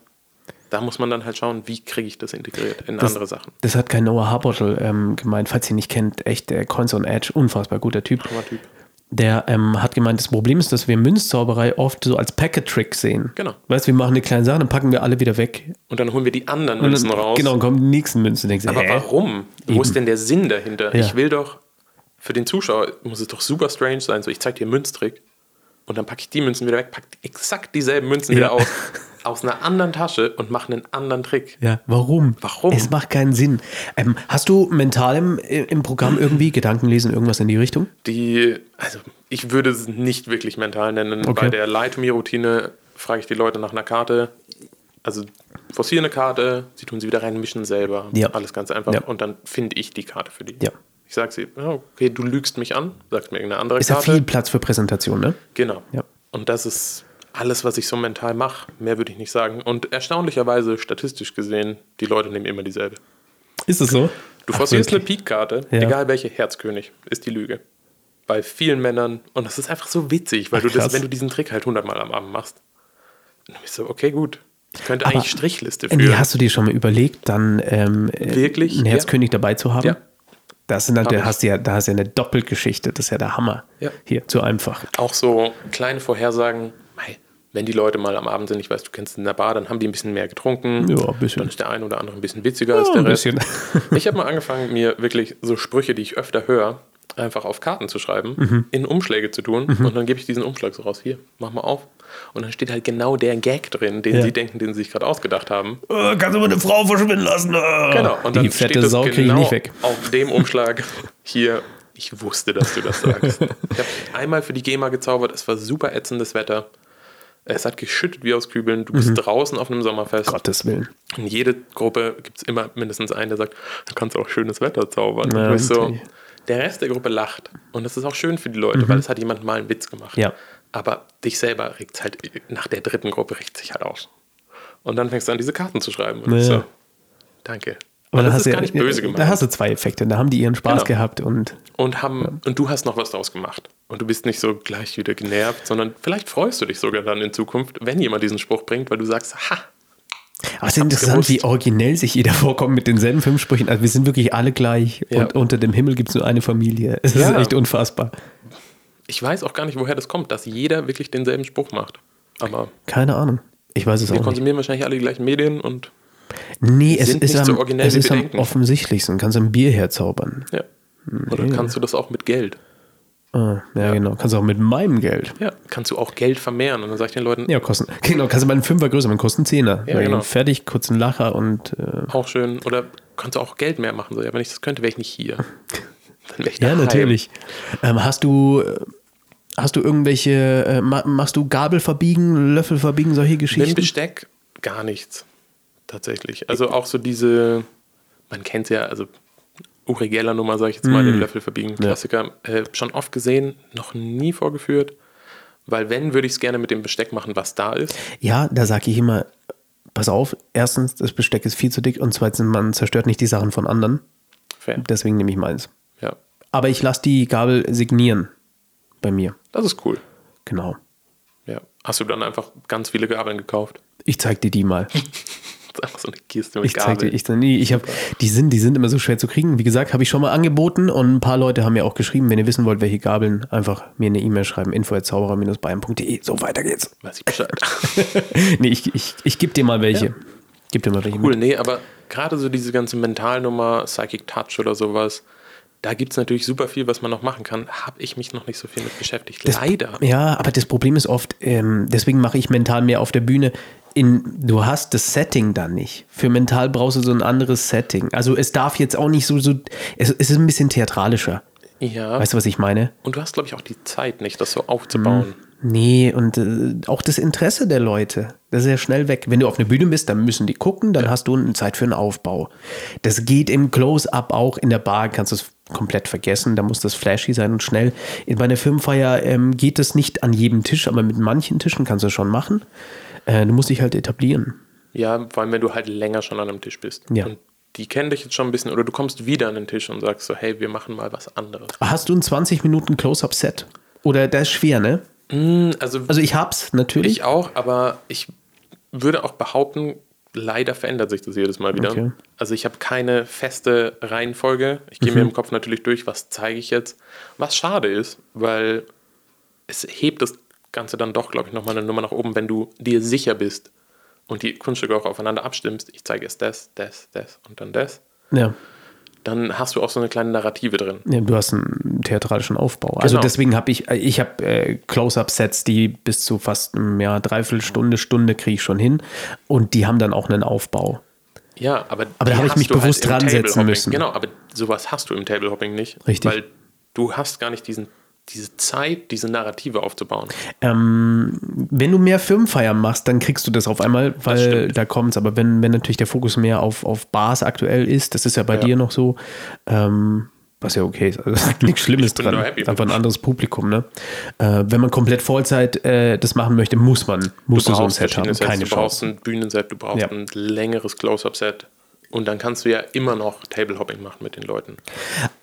Da muss man dann halt schauen, wie kriege ich das integriert in andere Sachen.
Das hat kein Noah Harbottle ähm, gemeint. Falls ihr ihn nicht kennt, echt äh, Coins on Edge, unfassbar guter Typ.
Hammer Typ.
Der ähm, hat gemeint, das Problem ist, dass wir Münzzauberei oft so als Packet-Trick sehen.
Genau.
Weißt du, wir machen eine kleine Sache, dann packen wir alle wieder weg.
Und dann holen wir die anderen
Und
Münzen
dann,
raus.
Genau, und kommen die nächsten Münzen. Denkst, du,
Aber
hä?
warum? Wo ist denn der Sinn dahinter?
Ja.
Ich will doch, für den Zuschauer muss es doch super strange sein, so ich zeig dir einen Münztrick und dann packe ich die Münzen wieder weg, packe exakt dieselben Münzen
[laughs]
wieder aus, aus einer anderen Tasche und mache einen anderen Trick.
Ja, warum?
Warum?
Es macht keinen Sinn. Ähm, hast du mental im, im Programm irgendwie Gedanken lesen, irgendwas in die Richtung?
Die, also ich würde es nicht wirklich mental nennen.
Okay.
Bei der Lie-to-Me-Routine frage ich die Leute nach einer Karte. Also forciere eine Karte, sie tun sie wieder rein, mischen selber.
Ja.
Alles ganz einfach.
Ja.
Und dann finde ich die Karte für die.
Ja.
Ich sage sie, ja, okay, du lügst mich an, sagst mir irgendeine andere
Ist ja
Karte.
viel Platz für Präsentation, ne?
Genau.
Ja.
Und das ist alles, was ich so mental mache. Mehr würde ich nicht sagen. Und erstaunlicherweise, statistisch gesehen, die Leute nehmen immer dieselbe.
Ist es so?
Du
Ach,
forcierst eine
wirklich?
Peak-Karte,
Ja.
egal welche, Herzkönig, ist die Lüge. Bei vielen Männern. Und das ist einfach so witzig, weil
Ach,
du das,
krass.
wenn du diesen Trick halt hundertmal am Abend machst, dann bist du, okay, gut. Ich könnte
Aber-
eigentlich Strichliste
Nee,
führen.
hast du dir schon mal überlegt, dann ähm, äh,
Wirklich?
einen
Ja.
Herzkönig dabei zu haben?
Ja.
Das sind dann,
Hab
da
ich.
hast du ja, da hast du ja eine Doppelgeschichte. Das ist ja der Hammer.
Ja.
Hier, zu einfach.
Auch so kleine Vorhersagen, hey, wenn die Leute mal am Abend sind, ich weiß, du kennst in der Bar, dann haben die ein bisschen mehr getrunken.
Ja, ein bisschen.
Dann ist der eine oder andere ein bisschen witziger als
Ja,
der
Oh, ein
Rest.
bisschen.
Ich habe mal angefangen, mir wirklich so Sprüche, die ich öfter höre, einfach auf Karten zu schreiben,
Mhm.
in Umschläge zu tun und dann gebe ich diesen Umschlag so raus. Hier, mach mal auf. Und dann steht halt genau der Gag drin, den
Ja.
sie denken, den sie sich gerade ausgedacht haben.
Äh, kannst du mal eine Frau verschwinden lassen? Äh.
Genau. Und dann genau
die fette Sau kriege ich nicht weg.
Auf dem Umschlag hier. Ich wusste, dass du
[laughs]
das sagst. ich habe einmal für die GEMA gezaubert. Es war super ätzendes Wetter. Es hat geschüttet wie aus Kübeln. Du
Mhm.
bist draußen auf einem Sommerfest.
Gottes Willen.
In jede Gruppe gibt es immer mindestens einen, der sagt, du kannst auch schönes Wetter zaubern.
Ja,
Und ich so,
natürlich.
der Rest der Gruppe lacht. Und das ist auch schön für die Leute, weil es hat jemand mal einen Witz gemacht.
Mhm. Ja.
Aber dich selber regt halt, nach der dritten Gruppe regt sich halt aus. Und dann fängst du an, diese Karten zu schreiben. Und ich
Ja.
so, danke.
Aber
das
da
ist
du
gar nicht böse gemeint.
Da hast du zwei Effekte. ne? Da haben die ihren Spaß
Genau.
gehabt und
Und, haben, und du hast noch was draus gemacht. Und du bist nicht so gleich wieder genervt, sondern vielleicht freust du dich sogar dann in Zukunft, wenn jemand diesen Spruch bringt, weil du sagst, ha,
Aber es ist Ah, interessant,
gewusst.
wie originell sich jeder [laughs] vorkommt mit denselben fünf Sprüchen. Also wir sind wirklich alle gleich
Ja.
und unter dem Himmel gibt es nur eine Familie. [laughs] Es ist
Ja.
echt unfassbar.
ich weiß auch gar nicht, woher das kommt, dass jeder wirklich denselben Spruch macht. Aber
Keine Ahnung. Ich weiß es
wir
auch nicht.
konsumieren wahrscheinlich alle die gleichen Medien und
Nee, es
sind
ist,
nicht
am,
so originell,
es
wie
ist
wir
am
denken.
offensichtlichsten. Kannst du ein Bier herzaubern.
ja. Oder kannst du das auch mit Geld?
Ah, ja,
Ja.
genau. Kannst du auch mit meinem Geld.
Ja, kannst du auch Geld vermehren. Und dann sag ich den Leuten,
Ja, kosten. [laughs] Genau, kannst du mal einen Fünfer größer machen, kostet einen Zehner.
Ja, genau.
Fertig, kurz einen Lacher und äh,
auch schön. Oder kannst du auch Geld mehr machen? So, ja, wenn ich das könnte, wäre ich
[laughs]
nicht hier. Dann wäre ich
Ja,
daheim.
natürlich. Ähm, hast du äh, hast du irgendwelche äh, ma machst du Gabel verbiegen, Löffel verbiegen, solche
Mit
Geschichten?
Besteck gar nichts. Tatsächlich. Also auch so diese, man kennt ja, also Uri Geller Nummer, sage ich jetzt
Mhm.
mal, den Löffel verbiegen, Klassiker. Äh, schon oft gesehen, noch nie vorgeführt. Weil wenn, würde ich es gerne mit dem Besteck machen, was da ist.
Ja, da sage ich immer, pass auf, erstens, das Besteck ist viel zu dick und zweitens, man zerstört nicht die Sachen von anderen.
Fair.
Deswegen nehme ich meins.
Ja,
Aber ich lasse die Gabel signieren bei mir.
das ist cool.
Genau.
Ja. Hast du dann einfach ganz viele Gabeln gekauft? [laughs]
Ich zeig dir die mal.
Das ist einfach so eine Kiste mit
Ich zeig dir,
Gabeln.
ich nee, ich habe die sind, die sind immer so schwer zu kriegen. Wie gesagt, habe ich schon mal angeboten und ein paar Leute haben mir auch geschrieben, wenn ihr wissen wollt, welche Gabeln, einfach mir eine E-Mail schreiben, info@zauberer-bayern.de. So weiter geht's.
Weiß ich Bescheid.
[laughs] nee, ich, ich, ich gebe dir mal welche. Gib dir mal welche.
cool,
mit.
nee, aber gerade so diese ganze Mentalnummer, Psychic Touch oder sowas, da gibt es natürlich super viel, was man noch machen kann. Habe ich mich noch nicht so viel mit beschäftigt. Leider.
Ja, aber das Problem ist oft, ähm, deswegen mache ich mental mehr auf der Bühne. In, du hast das Setting dann nicht. Für mental brauchst du so ein anderes Setting. Also es darf jetzt auch nicht so, so es, es ist ein bisschen theatralischer.
Ja.
Weißt du, Mhm. was ich meine?
Und du hast, glaube ich, auch die Zeit nicht, das so aufzubauen.
Nee, und äh, auch das Interesse der Leute, das ist ja schnell weg. Wenn du auf einer Bühne bist, dann müssen die gucken, dann hast du eine Zeit für einen Aufbau. Das geht im Close-Up auch, in der Bar kannst du es komplett vergessen, da muss das flashy sein und schnell. In- Bei einer Firmenfeier ähm, geht es nicht an jedem Tisch, aber mit manchen Tischen kannst du es schon machen. Äh, du musst dich halt etablieren.
Ja, vor allem, wenn du halt länger schon an einem Tisch bist.
Ja.
Und die kennen dich jetzt schon ein bisschen. Oder du kommst wieder an den Tisch und sagst so, hey, wir machen mal was anderes.
Hast du ein 20 Minuten Close-Up-Set? Oder das ist schwer, ne?
Also,
Also ich hab's natürlich.
ich auch, aber ich würde auch behaupten, leider verändert sich das jedes Mal wieder.
Okay.
Also ich habe keine feste Reihenfolge. Ich gehe mir im Kopf natürlich durch, was zeige ich jetzt. Was schade ist, weil es hebt das Ganze dann doch, glaube ich, nochmal eine Nummer nach oben, wenn du dir sicher bist und die Kunststücke auch aufeinander abstimmst. Ich zeige jetzt das, das, das und dann das.
ja.
Dann hast du auch so eine kleine Narrative drin.
Ja, du hast einen theatralischen Aufbau. Also
Genau.
deswegen habe ich, ich habe äh, Close-Up-Sets, die bis zu fast mm, ja, dreiviertel Stunde, Stunde kriege ich schon hin. Und die haben dann auch einen Aufbau.
Ja, aber,
Aber da
die
habe ich
hast
mich
du halt
bewusst
im
dran
Table
setzen
Hopping.
müssen.
Genau, aber sowas hast du im Table Hopping nicht.
Richtig.
Weil du hast gar nicht diesen, diese Zeit, diese Narrative aufzubauen.
Ähm, wenn du mehr Firmenfeiern machst, dann kriegst du das auf einmal, weil
stimmt.
da kommt es. Aber wenn, wenn natürlich der Fokus mehr auf, auf Bars aktuell ist, das ist ja bei dir noch so, ähm, was ja okay ist, also [laughs] es ist nichts Schlimmes
bin
dran.
nur happy
Ist einfach ein anderes Publikum, ne? Äh, wenn man komplett Vollzeit äh, das machen möchte, muss man, muss du, so ein Set haben.
verschiedene Sets,
Keine
du brauchst
Chance.
ein Bühnenset, du brauchst
Ja.
ein längeres Close-Up-Set. Und dann kannst du ja immer noch Table Hopping machen mit den Leuten.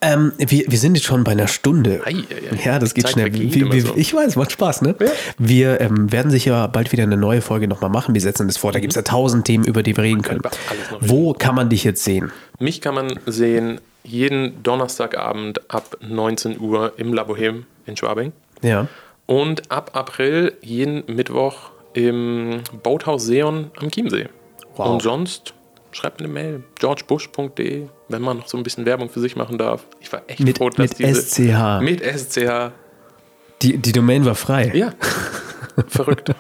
Ähm, wir, wir sind jetzt schon bei einer Stunde.
Ei, ei, ei.
Ja, das geht
Zeit
schnell.
vergeht
Wir,
immer
wir,
so.
Ich weiß, macht Spaß, ne? Wir ähm, werden sicher bald wieder eine neue Folge nochmal machen. Wir setzen das vor. Da gibt es ja tausend Themen, über die wir reden können.
Mhm. über alles noch reden.
Wo kann man dich jetzt sehen?
Mich kann man sehen jeden Donnerstagabend ab 19 Uhr im La Bohème in Schwabing.
Ja.
Und ab April jeden Mittwoch im Boathaus Seon am Chiemsee.
Wow.
Und sonst schreibt eine Mail, georgebush.de, wenn man noch so ein bisschen Werbung für sich machen darf. Ich war echt
Mit-
froh, dass
mit
diese...
SCH.
Mit SCH.
Die, die Domain war frei. [laughs]
Ja, verrückt.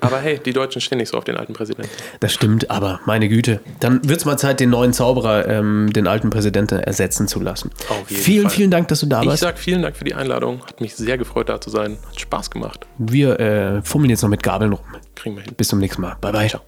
Aber hey, die Deutschen stehen nicht so auf den alten Präsidenten.
Das stimmt, aber meine Güte. Dann wird es mal Zeit, den neuen Zauberer, ähm, den alten Präsidenten, ersetzen zu lassen.
Auf jeden
vielen,
Fall.
vielen Dank, dass du da
Ich
warst.
sag vielen Dank für die Einladung. Hat mich sehr gefreut, da zu sein. Hat Spaß gemacht.
Wir äh, fummeln jetzt noch mit Gabeln rum.
Kriegen wir hin.
Bis zum nächsten Mal. Bye, bye.
Ciao.